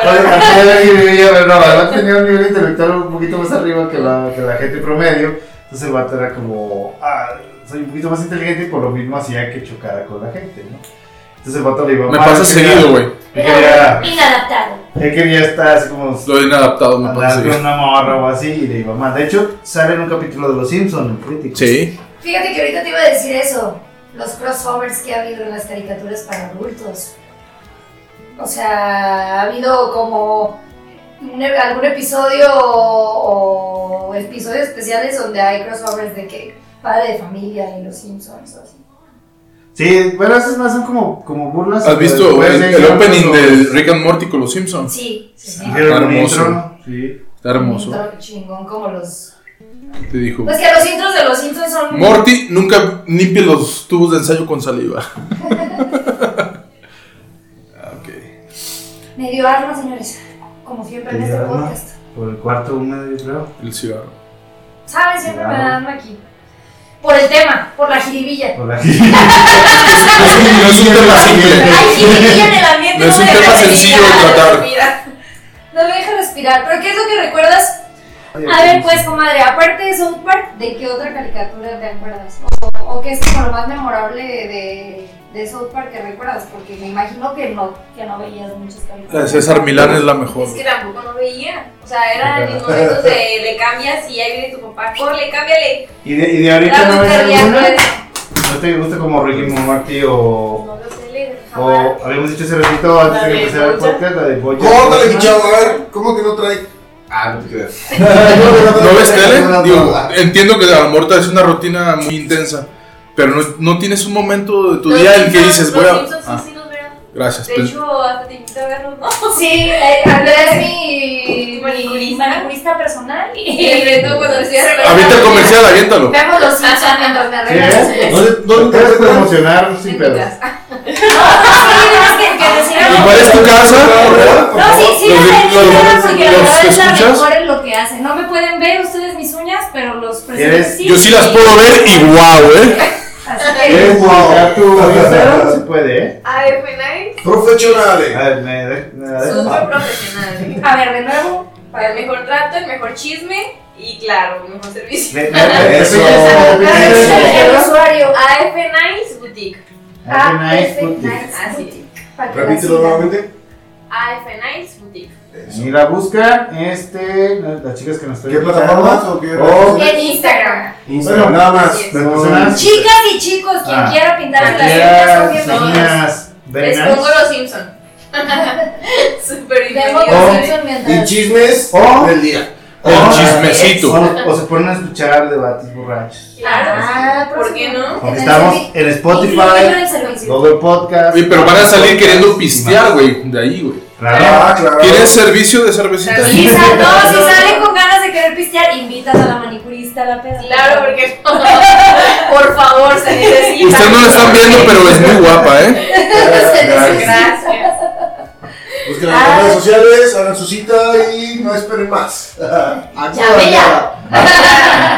S2: Pero no, el vato tenía un nivel intelectual un poquito más arriba que la, que la gente promedio. Entonces el vato era como, ah, soy un poquito más inteligente y por lo mismo hacía que chocara con la gente, ¿no? Entonces el vato le iba
S4: Me
S2: mal,
S4: pasa
S2: él quería-
S4: seguido, güey.
S2: Él quería,
S5: Inadaptado.
S2: él quería estar así como
S4: Lo de inadaptado me pasa
S2: andar con
S4: seguido.
S2: una morra o así y le iba mal. De hecho, sale en un capítulo de Los Simpsons, el crítico.
S4: Sí.
S5: Fíjate que ahorita te iba a decir eso, los crossovers que ha habido en las caricaturas para adultos. O sea, ha habido como un e- algún episodio o, o episodios especiales donde hay crossovers de que padre de familia y los Simpsons o así.
S2: Sí, bueno, esas más son como, como burlas.
S4: ¿Has visto
S2: Después
S4: el,
S2: de-
S4: el opening de Rick and Morty con los Simpsons?
S5: Sí, sí, sí.
S2: Dijeron
S4: Ah,
S2: un
S4: hermoso.
S2: intro, Sí.
S4: Está hermoso.
S5: Un chingón como los...
S4: Te dijo.
S5: Pues que los intros de los Simpsons son...
S4: Morty nunca limpie los tubos de ensayo con saliva. Ah, ok.
S5: Me dio armas, señores, como siempre en
S2: ¿Te
S5: este
S2: dio arma?
S5: podcast.
S2: Por el cuarto húmedo, yo creo.
S4: El cigarro.
S5: ¿Sabes? Siempre me
S2: Claro.
S5: dan aquí. Por el tema, por la jiribilla.
S2: Por la
S4: No es un, no es un tema simple.
S5: Hay jiribilla en el ambiente.
S4: No es
S5: me
S4: un
S5: deja
S4: tema
S5: respirar.
S4: sencillo de tratar.
S5: No me deja respirar. ¿Pero qué es lo que recuerdas? A ver, pues, comadre, aparte de South Park, ¿de qué otra caricatura te acuerdas? O, o qué es como lo más memorable de, de South Park que recuerdas? Porque me imagino que no, que no veías muchas
S4: La de
S5: caricaturas.
S4: César Milán es la mejor.
S6: Es que tampoco no veía. O sea, eran los momentos de le cambias y ahí viene tu papá. Corre, cámbiale.
S2: ¿Y de, y de ahorita
S6: Era
S2: no
S6: muy
S2: ves
S6: cardíaco.
S2: alguna? ¿No te gusta como Ricky Morty o.?
S6: No lo sé leer.
S2: O
S6: jamás.
S2: habíamos dicho hace ratito antes
S7: La
S2: de
S7: de
S2: empezar el
S7: Bojack.
S2: podcast, la de Boya.
S3: Córtale, mi chavo, a ver, ¿cómo que no trae? Ah, no te creas.
S4: ¿No ves tele?
S2: No, no, no.
S4: Digo, entiendo que a lo mejor es una rutina muy intensa. Pero no, no tienes un momento de tu
S6: Los
S4: día en que
S6: Simpsons-
S4: dices, voy a.
S6: Los Simpsons
S4: Ah,
S6: sí, sí los veo.
S4: gracias.
S6: De
S4: pues,
S6: hecho, hasta te invito a verlos, ¿no?
S5: Sí, eh, Andrea es mi
S6: Manicurista.
S5: manicurista personal.
S6: Y el
S5: Y
S6: reto cuando decía
S4: Avienta el comercial, aviéntalo.
S5: vemos los Simpsons mientras Ah, me arreglo.
S2: ¿Qué?
S5: Sí,
S2: No te- No te puedes emocionar sin
S6: En
S2: pedos.
S6: mi casa.
S5: no, es que- que decir
S4: ¿Y cuál es tu casa?
S5: No, sí, sí,
S4: Los-
S5: la
S4: Ah, los-
S5: felicito, porque la
S4: los
S5: verdad es la
S4: escuchas.
S5: mejor en lo que hacen. No me pueden ver ustedes mis uñas, pero los presentes
S2: ¿Quieres?
S5: sí.
S4: Yo sí las puedo ver y guau, ¿eh?
S5: Así que-
S2: ¿Quieres publicar tu Instagram? Se puede, ¿eh?
S6: AFNI,
S3: Profesionales.
S2: A ver, me de- me la dejo.
S6: súper profesional.
S5: A ver, de nuevo.
S6: Para el mejor trato, el mejor chisme y, claro, el mejor servicio.
S2: Me- me- me-
S3: Eso.
S5: Ah, El
S2: Eso.
S5: usuario.
S6: AFNI Boutique.
S2: Ah, nice cookies.
S5: Así.
S3: Repítelo nuevamente.
S6: AFNI Boutique.
S2: Y la busca este, la- las chicas que nos están
S3: ¿Qué
S2: escuchando.
S3: plataformas o qué?
S2: O-
S5: En Instagram.
S3: Instagram, nada más.
S2: Las personas
S5: Chicas y chicos, quien
S2: Ah,
S5: quiera pintarme las uñas son
S2: Las
S5: bienvenidos.
S2: niñas
S6: Les
S2: veganas.
S6: pongo los Simpsons. Súper
S5: Vemos
S6: divertido.
S5: los
S2: Oh.
S5: Simpsons
S3: Y
S5: mientras.
S3: chismes
S2: O-
S3: del día.
S4: El
S2: Ah,
S4: chismecito.
S2: O, o se ponen a escuchar debates borrachos.
S5: Ah,
S6: Claro, ¿por qué no?
S2: Porque estamos en
S5: Incluido
S2: Spotify,
S5: el servicio.
S2: Google Podcast.
S4: Oye, pero van a salir queriendo pistear, güey, de ahí, güey.
S2: Claro.
S3: Ah, claro.
S4: ¿Quieres servicio de cervecita?
S5: Si sal- no, si salen con ganas de querer pistear, invitas a la manicurista a la peda.
S6: Claro, porque por favor, se necesita.
S4: Ustedes no la están viendo, pero es muy guapa, ¿eh?
S3: Gracias.
S6: Gracias.
S3: Busquen en las redes sociales, hagan su cita y no esperen más. Ah,
S5: ve ya.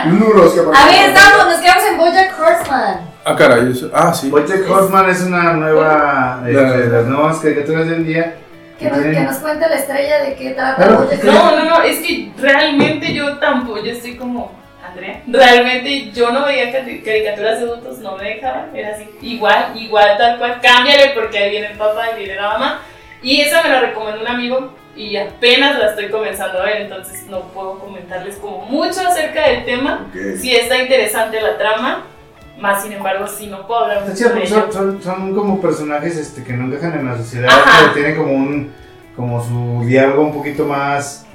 S3: Nulos que
S5: A ver, estamos, nos quedamos en Bojack Horseman.
S4: Ah, caray. eso- Ah, sí.
S2: Bojack Horseman es una nueva eh,
S4: La-
S2: de las nuevas caricaturas del día.
S5: Que nos, que nos cuente la estrella de qué trata
S2: Claro.
S5: Bojack
S7: No, no, no, es que realmente yo tampoco, yo estoy como Andrea. Realmente yo no veía cari- caricaturas de adultos, no me dejaban, era así, igual, igual, tal cual, cámbiale porque ahí viene el papá, ahí viene la mamá. Y esa me la recomendó un amigo y apenas la estoy comenzando a ver, entonces no puedo comentarles como mucho acerca del tema. Sí está interesante la trama, más sin embargo, sí no puedo hablar
S2: Está
S7: mucho
S2: chido
S7: de
S2: porque
S7: ello.
S2: son, son, son como personajes este, que no encajan en la sociedad,
S7: Ajá.
S2: pero tienen como un como su diálogo un poquito más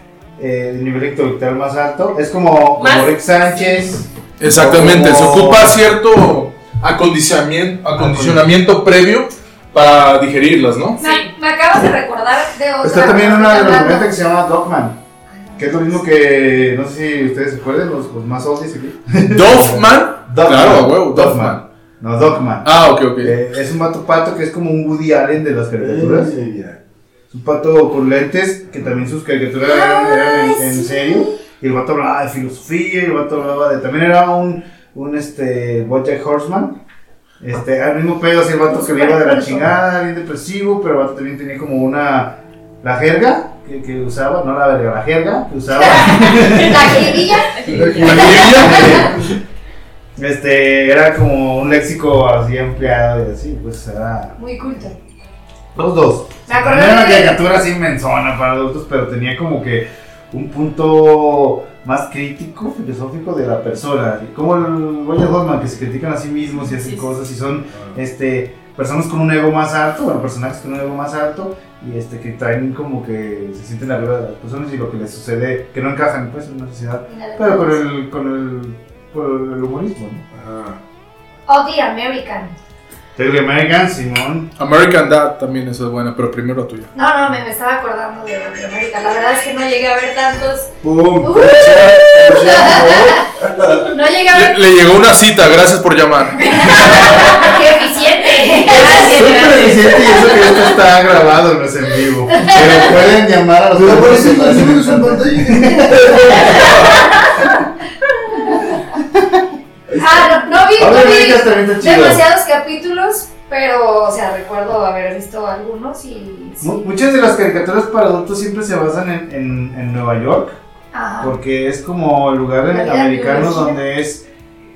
S2: eh, de nivel intelectual más alto. Es como, como
S7: Más-
S2: Rick Sánchez.
S4: Exactamente, se
S2: Como-
S4: ocupa cierto acondicionamiento, acondicionamiento previo para digerirlas, ¿no?
S5: Me, me acabas de recordar de otra.
S2: Está también una de las
S5: Hablando-
S2: novelas que se llama Dogman. Que es lo mismo que, no sé si ustedes se acuerdan, los, los más oldies aquí.
S4: Doffman.
S2: Dogman.
S4: Claro, a huevo, Doffman.
S2: No, Dogman.
S4: Ah, ok, ok.
S2: Eh, es un vato pato que es como un Woody Allen de las caricaturas.
S3: Mira,
S2: Es un pato con lentes, que también sus caricaturas eran, eran en, en serio. Y el vato hablaba de filosofía, y el vato hablaba de... También era un, un este, Bojack Horseman. Este, al mismo pedo, así el vato que le iba de la chingada, bien depresivo, pero el vato también tenía como una... La jerga que, que usaba, no la verga, la jerga que usaba.
S5: La jiribilla.
S4: La jiribilla,
S2: Este, era como un léxico así ampliado y así, pues era...
S5: Muy culto.
S2: Los dos.
S5: Me
S2: No
S5: acordé
S2: era una
S5: de-
S2: caricatura así menzona para adultos, pero tenía como que un punto más crítico, filosófico de la persona. Como el Roger Goldman, que se critican a sí mismos y hacen cosas y son este, personas con un ego más alto, bueno, personajes con un ego más alto y este, que traen como que se sienten arriba de las personas y lo que les sucede, que no encajan pues en una sociedad, pero con el, con el, con el humorismo, ¿no?
S5: Ugly American.
S2: Terry American, Simón.
S4: American Dad también esa es buena, pero primero la tuya.
S5: No, no, me, me estaba acordando de Ugly American. La verdad es que no llegué a ver tantos.
S3: ¡Pum!
S5: Uh,
S3: Fecha,
S5: no llegué a
S4: Le,
S5: ver.
S4: le llegó una cita, gracias por llamar.
S5: ¡Qué eficiente!
S2: Soy
S5: Gracias.
S2: presidente y eso que esto está grabado, no es en vivo. Pero pueden llamar a los
S3: por favor.
S2: teléfonos
S3: Aparecen
S2: que aparecen en
S3: los números en
S2: pantalla.
S3: pantalla.
S5: Ah, no, no vi, no
S2: Ahora
S5: vi
S2: ahorita también está chido.
S5: demasiados capítulos, pero, o sea, recuerdo haber visto algunos y.
S2: Mu-
S5: Sí.
S2: Muchas de las caricaturas para adultos siempre se basan en, en- en Nueva York,
S5: Ajá.
S2: porque es como el lugar
S5: La vida
S2: americano
S5: diversa.
S2: donde es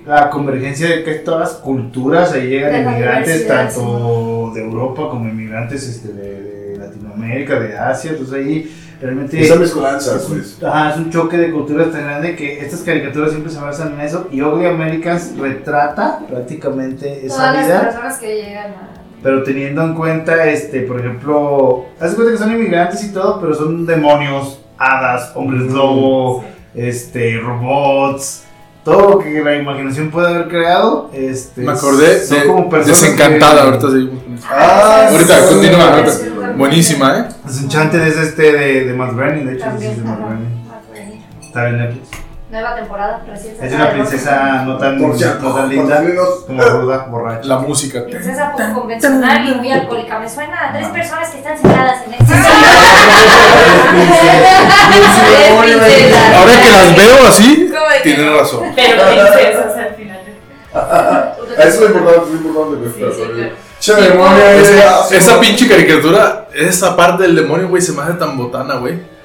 S2: la convergencia de que todas las culturas, ahí llegan
S5: De la
S2: inmigrantes
S5: diversidad,
S2: tanto de Europa como inmigrantes este, de, de Latinoamérica, de Asia, entonces ahí realmente...
S3: Esa mezcolanza, pues.
S2: Ajá, es un choque de culturas tan grande que estas caricaturas siempre se basan en eso. Y Ugly Americans retrata prácticamente esa
S5: Todas las
S2: vida,
S5: personas que llegan a.
S2: pero teniendo en cuenta, este, por ejemplo, haz de cuenta que son inmigrantes y todo, pero
S3: Oh.
S2: son demonios, hadas, hombres lobo, este, robots. todo lo que la imaginación puede haber creado, este,
S4: Me acordé
S2: son
S4: de
S2: como personas
S4: Desencantada,
S2: que-
S4: ahorita seguimos con eso.
S3: Ah, sí.
S4: Ahorita, continúa, ahorita.
S3: Sí, bueno.
S4: Buenísima, ¿eh?
S2: Desenchanted es este de, de Matt Groening, de hecho, sí, es
S5: También,
S2: de Matt
S5: ajá,
S2: Groening.
S5: va por ahí.
S2: Está bien aquí.
S5: Nueva temporada, Ah, recién
S2: Es
S5: sacada
S2: una
S5: de
S2: princesa no tan,
S3: Por cierto,
S2: no tan
S3: por
S2: linda,
S3: menos-
S2: como ruda, borracha.
S4: La música.
S5: Princesa poco convencional y muy alcohólica. Me suena a
S2: Ah.
S5: tres personas que están sentadas en este
S6: Es princesa.
S4: Ahora que las veo así,
S6: Como de que-
S4: tienen razón.
S7: Pero princesas al final.
S3: Ah, Eso es lo importante, es lo importante. pues,
S6: Sí, sí, claro.
S3: Che, demonio,
S4: Ese-
S3: ese- ese-
S4: esa pinche caricatura, esa parte del demonio, güey, se me hace tan botana, güey.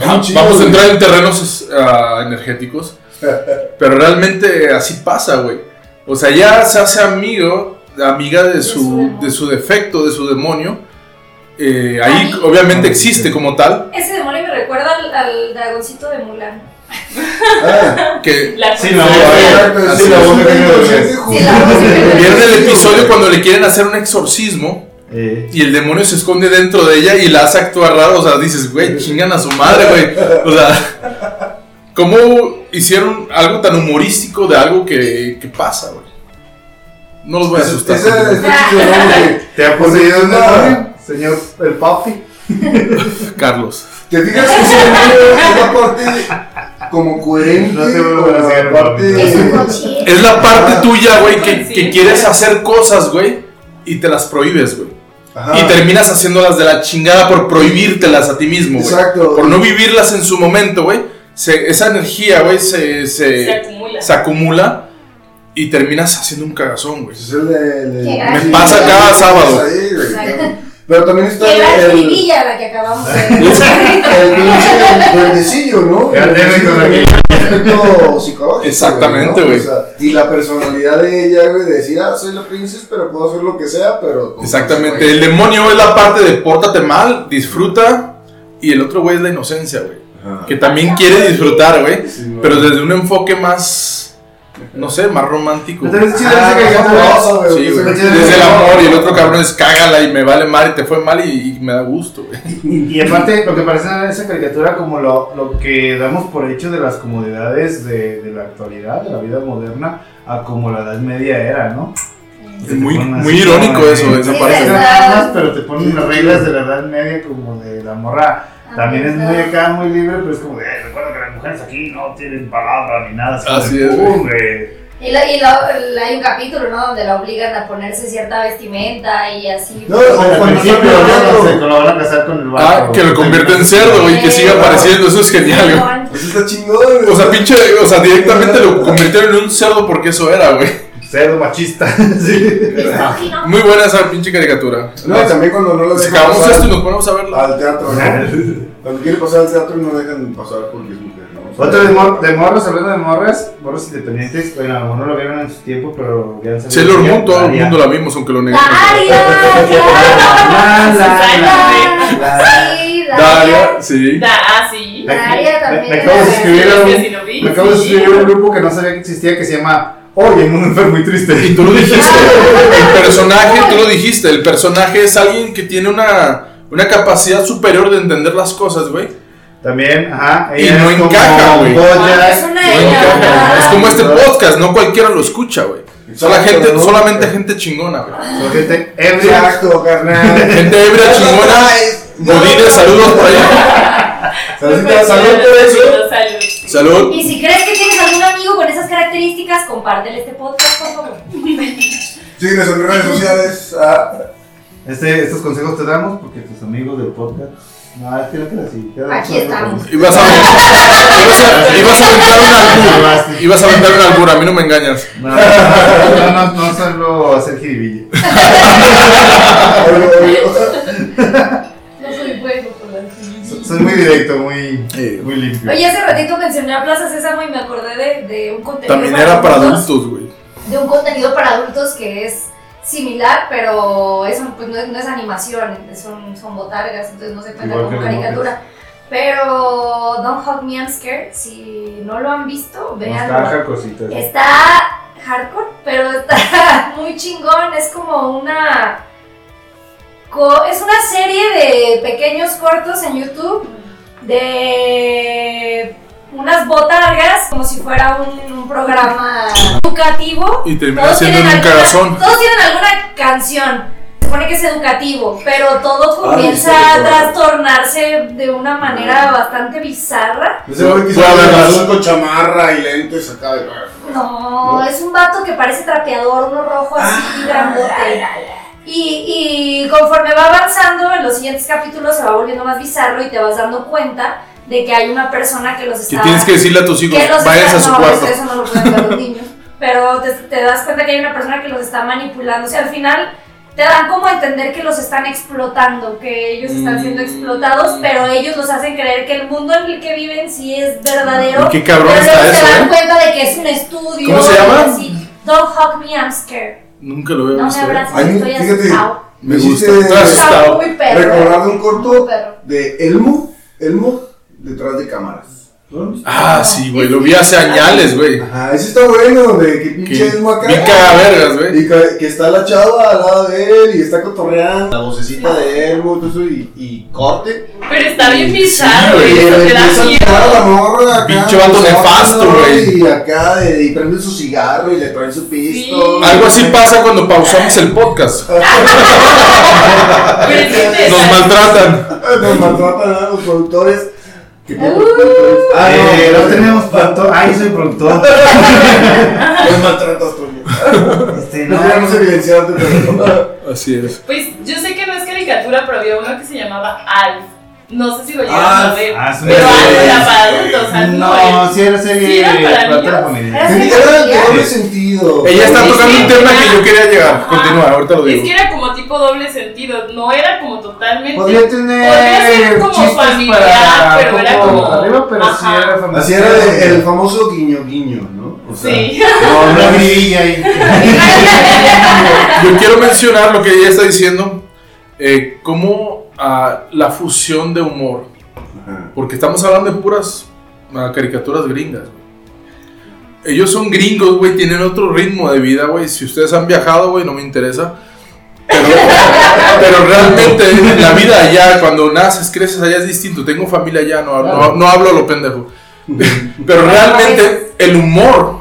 S3: Ah, chido,
S4: Vamos a
S3: güey.
S4: entrar en terrenos ah, energéticos. Pero realmente así pasa, güey. O sea, ya se hace amigo, amiga de su,
S5: su
S4: de su defecto, de su demonio. Eh, ahí obviamente existe como tal.
S6: Ese demonio me recuerda al, al dragoncito de Mulan.
S3: Ah,
S4: Que
S7: La
S2: Sí, la
S4: Sí,
S2: voz.
S3: exacto,
S4: así
S3: sí, la
S4: es.
S3: voz que tengo de-
S5: Sí, la voz que tengo.
S4: pierde el episodio cuando le quieren hacer un exorcismo.
S2: Eh,
S4: Y el demonio se esconde dentro de ella y la hace actuar raro. O sea, dices, güey, chingan a su madre, güey. O sea, ¿cómo hicieron algo tan humorístico de algo que, que pasa, güey? No los voy a
S3: Ese-
S4: asustar.
S3: ese- ese chico, ¿no? Que-
S2: ¿Te ha poseído el
S3: Ah.
S2: demonio, pues, señor el papi?
S4: Carlos.
S3: Te fijas que ese demonio es la parte como coherente.
S2: No te vuelvo a
S3: con la
S2: hacer,
S3: parte-
S2: papi.
S5: Es un coche.
S4: Es la parte tuya, güey, que,
S7: Sí.
S4: que quieres hacer cosas, güey, y te las prohíbes, güey.
S3: Ajá.
S4: Y terminas haciéndolas de la chingada por prohibírtelas a ti mismo, güey.
S3: Exacto.
S4: Por no vivirlas en su momento, güey. Se- Esa energía, güey, se, se-
S7: Se acumula.
S4: se acumula y terminas haciendo un cagazón, güey.
S3: Pues es el de- el de-
S5: Que
S4: Me
S5: Sí,
S4: pasa
S5: sí,
S4: cada sábado.
S3: Ahí, güey.
S5: Exacto.
S3: Pero también está
S5: Que la
S3: el. El
S5: escribilla la que acabamos de
S3: pinche duendecillo, ¿no?
S2: Ya debe con
S3: El aspecto psicológico.
S4: Exactamente,
S3: ¿no?
S4: güey.
S3: O sea, y la personalidad de ella, güey, de decir, ah, soy la princesa, pero puedo hacer lo que sea, pero. con-
S4: Exactamente. El demonio es la parte de pórtate mal, disfruta. Y el otro, güey, es la inocencia, güey.
S3: Ajá.
S4: Que también quiere disfrutar, güey.
S3: Sí, no.
S4: Pero desde un enfoque más, no sé, más romántico.
S2: Pero es
S4: Sí,
S2: chido esa caricatura.
S3: Ah, güey,
S4: güey.
S3: güey.
S4: Desde el amor y el otro cabrón es cágala y me vale mal y te fue mal y, y me da gusto, güey.
S2: Y, y aparte, lo que parece en esa caricatura como lo, lo que damos por hecho de las comodidades de, de la actualidad, de la vida moderna, a como la Edad Media era, ¿no?
S4: Es muy, muy irónico eso, esa
S5: Sí,
S4: parte.
S5: es-
S2: Nada más, pero te ponen las reglas de la Edad Media como de la morra.
S5: Ah,
S2: También es muy acá, muy libre, pero es como de, "Eh, recuerda que las mujeres aquí no tienen palabra ni nada. como
S4: Así
S2: de,
S4: es, güey.
S2: "Pum, güey".
S5: Y, la, y la- la- hay un capítulo, ¿no? Donde la obligan a ponerse cierta vestimenta y así.
S3: No, o
S2: Al
S3: cuando
S2: principio
S3: está
S2: ¿no?
S3: peleando.
S2: se lo van a casar con el
S4: Ah,
S2: vato.
S4: que lo convierte en cerdo y que siga apareciendo, eso es genial, güey.
S3: Pues está chingón, güey.
S4: O sea, pinche, o sea, directamente lo convirtieron en un cerdo porque eso era, güey.
S2: Cerdo machista. sí.
S5: Misógino.
S4: Muy buena esa pinche caricatura.
S3: No, y también cuando no lo
S4: Si
S3: dejan
S4: acabamos
S3: pasar
S4: esto y nos ponemos a verla.
S3: al teatro, ¿no? Cuando quiere pasar al teatro no dejan pasar porque es mujer, ¿no? O sea,
S2: Otro de, mor de morros, hablando de morras, morros independientes, bueno, a lo mejor no lo vieron en su tiempo, pero ya han salido.
S4: Sailor Moon, todo el
S2: Aria.
S4: mundo la vimos, aunque lo
S5: La
S4: negamos.
S5: Aria,
S2: La, la, la,
S5: claro.
S2: la.
S5: Sí,
S4: Daria, sí.
S7: Da, ah, sí.
S2: Me-
S5: Aria
S2: me-
S5: también
S2: Me acabo de
S5: era-
S2: suscribir a
S7: Es que
S2: un-
S7: sí lo vi,
S2: me acabo de
S7: sí.
S2: suscribir a un grupo que no sabía que existía que se llama Oye, el mundo enfermo y triste.
S4: Y tú lo dijiste. El personaje, tú lo dijiste. El personaje es alguien que tiene una, una capacidad superior de entender las cosas, güey.
S2: También, ajá.
S4: Y
S2: ella
S4: no
S2: es como
S4: encaja, güey.
S2: Bojack.
S5: Es una
S4: No
S5: ella,
S4: encaja.
S5: ¿verdad?
S4: Es como este podcast, no cualquiera lo escucha, güey. Solo
S3: Exacto,
S4: gente,
S3: ¿no?
S4: solamente gente chingona, güey.
S2: Son gente ebria.
S3: Exacto, carnal.
S4: Gente ebria chingona. Godines, saludos por allá.
S3: Saludita, salud por eso.
S7: Salud.
S4: Salud.
S5: Y si crees que tienes algún amigo con esas características, compártele este podcast, por favor.
S3: Síguenos en redes sociales. ah,
S2: Este, estos consejos te damos porque tus amigos del podcast. No, es que no queda así. queda
S5: Aquí
S2: solo
S5: estamos.
S2: con-
S4: Ibas a, ibas a, ibas a aventar un albur. Ibas a aventar un albur, a mí no me engañas.
S2: No, no, no, no solo hacer jiribilla.
S5: No soy bueno con las
S2: Soy muy directo, muy,
S4: Eh,
S2: muy limpio.
S5: Oye, hace ratito mencioné a Plaza Sésamo y me acordé de, de un contenido.
S4: También era para
S5: adultos,
S4: adultos, güey.
S5: De un contenido para adultos que es similar, pero es, un- pues no, es, no es animación, es un- son botargas, entonces no se cuenta
S2: Igual
S5: como
S2: que los
S5: caricatura. Pero Don't Hug Me I'm Scared, si no lo han visto, véanlo.
S2: Mostaja, cositas.
S5: Está hardcore, pero está muy chingón. Es como una. co- Es una serie de pequeños cortos en YouTube de unas botargas como si fuera un, un programa educativo.
S4: Y termina
S5: Todos
S4: siendo
S5: tienen
S4: un
S5: alguna-
S4: cagazón.
S5: Todos tienen alguna canción. Se supone que es educativo, pero todo comienza
S3: Ah, sí, Ah.
S5: a
S3: sí.
S5: trastornarse de una manera bastante bizarra.
S3: Ese güey que se
S4: Fue a ver,
S3: azul con chamarra y lentes acá de.
S5: No, es un vato que parece trapeador, no rojo así, grandote. Y, y conforme va avanzando, en los siguientes capítulos se va volviendo más bizarro y te vas dando cuenta de que hay una persona que los
S4: Que
S5: está...
S4: tienes que decirle a tus hijos,
S5: que los
S4: váyanse
S5: está-
S4: a su
S5: no,
S4: cuarto.
S5: Eso no lo pueden ver los niños. Pero te, te das cuenta que hay una persona que los está manipulando. O sea, al final te dan como a entender que los están explotando, que ellos están siendo
S4: Mm.
S5: explotados, pero ellos los hacen creer que el mundo en el que viven sí es verdadero.
S4: Y qué cabrón
S5: pero
S4: está
S5: luego
S4: eso,
S5: se dan
S4: ¿eh?
S5: cuenta de que es un estudio.
S4: ¿Cómo se llama?
S5: y así. Don't hug me, I'm scared.
S4: Nunca lo
S5: No me
S4: había visto. ¿eh?
S5: abraces,
S3: Ay,
S5: estoy
S3: fíjate,
S5: asustado.
S4: Me
S3: Hiciste-
S4: gusta. Estoy
S5: Está
S4: asustado.
S5: muy perro.
S3: Recordar un corto de Elmo, Elmo detrás de cámaras. ¿no?
S4: Ah, sí, güey, lo vi hace añales, güey.
S3: Ajá, ese está bueno, donde que
S4: Que-
S3: pinche Elmo acá.
S4: Bien cagavergas, güey.
S3: Y que, que está la chava al lado de él y está cotorreando. La vocecita de Elmo, todo eso, y, y corte.
S7: Pero está bien
S4: Sí,
S7: bizarro,
S4: güey,
S7: güey.
S3: Y
S7: eso
S3: le
S7: te da
S3: empieza a
S7: miedo.
S3: tirar a la morra acá.
S4: Pinche vato
S3: pues,
S4: nefasto,
S3: no,
S4: güey.
S3: Y acá, de- y prende su cigarro y le trae su pisto.
S7: Sí.
S4: Algo así pasa cuando pausamos el podcast.
S7: Pero es que te
S4: Nos
S7: da-
S4: maltratan.
S3: Nos maltratan a los productores.
S7: Uh.
S3: Que tienen
S5: Uy.
S3: productores.
S2: Ah, no,
S3: Eh,
S2: no tenemos productor. Ay, soy productor.
S3: Los maltratas, Toño.
S2: Este,
S3: No queremos evidenciarte, pero.
S4: Así es.
S7: Pues yo sé que no es caricatura, pero había uno que se llamaba Alf. No sé si lo llegaron
S3: Ah,
S7: a ver.
S2: ah, sí,
S7: pero
S2: sí,
S7: Alf era
S3: sí,
S7: para
S3: sí.
S7: adultos, Alf no
S2: No,
S7: era.
S2: si era serie
S7: Sí, era para
S2: para toda
S7: niños.
S2: la familia.
S5: Era-
S3: Era de doble sentido.
S4: Ella está
S7: Sí,
S4: tocando
S7: sí,
S4: un tema
S7: ya.
S4: que yo quería
S5: Ah,
S4: llegar. Continúa, ahorita lo
S7: Es que
S4: digo.
S7: era como tipo doble sentido, no era como totalmente.
S2: Podría
S7: Podría ser
S2: tener
S7: como
S2: chistes
S7: familiar,
S2: para
S7: pero era
S2: poco
S7: como-
S2: arriba, pero sí
S7: Ajá.
S2: era familiar.
S3: Así era de- el famoso guiño guiño, ¿no? O sea,
S7: Sí.
S2: No, no brilla ahí.
S4: Yo quiero mencionar lo que ella está diciendo. eh, como ah, la fusión de humor.
S3: ajá.
S4: Porque estamos hablando de puras ah, caricaturas gringas. güey. Ellos son gringos, güey, tienen otro ritmo de vida, güey. Si ustedes han viajado, güey, no me interesa. Pero, pero realmente la vida allá, cuando naces, creces allá es distinto. Tengo familia allá, no, hablo- no, no hablo a lo pendejo. Pero realmente el humor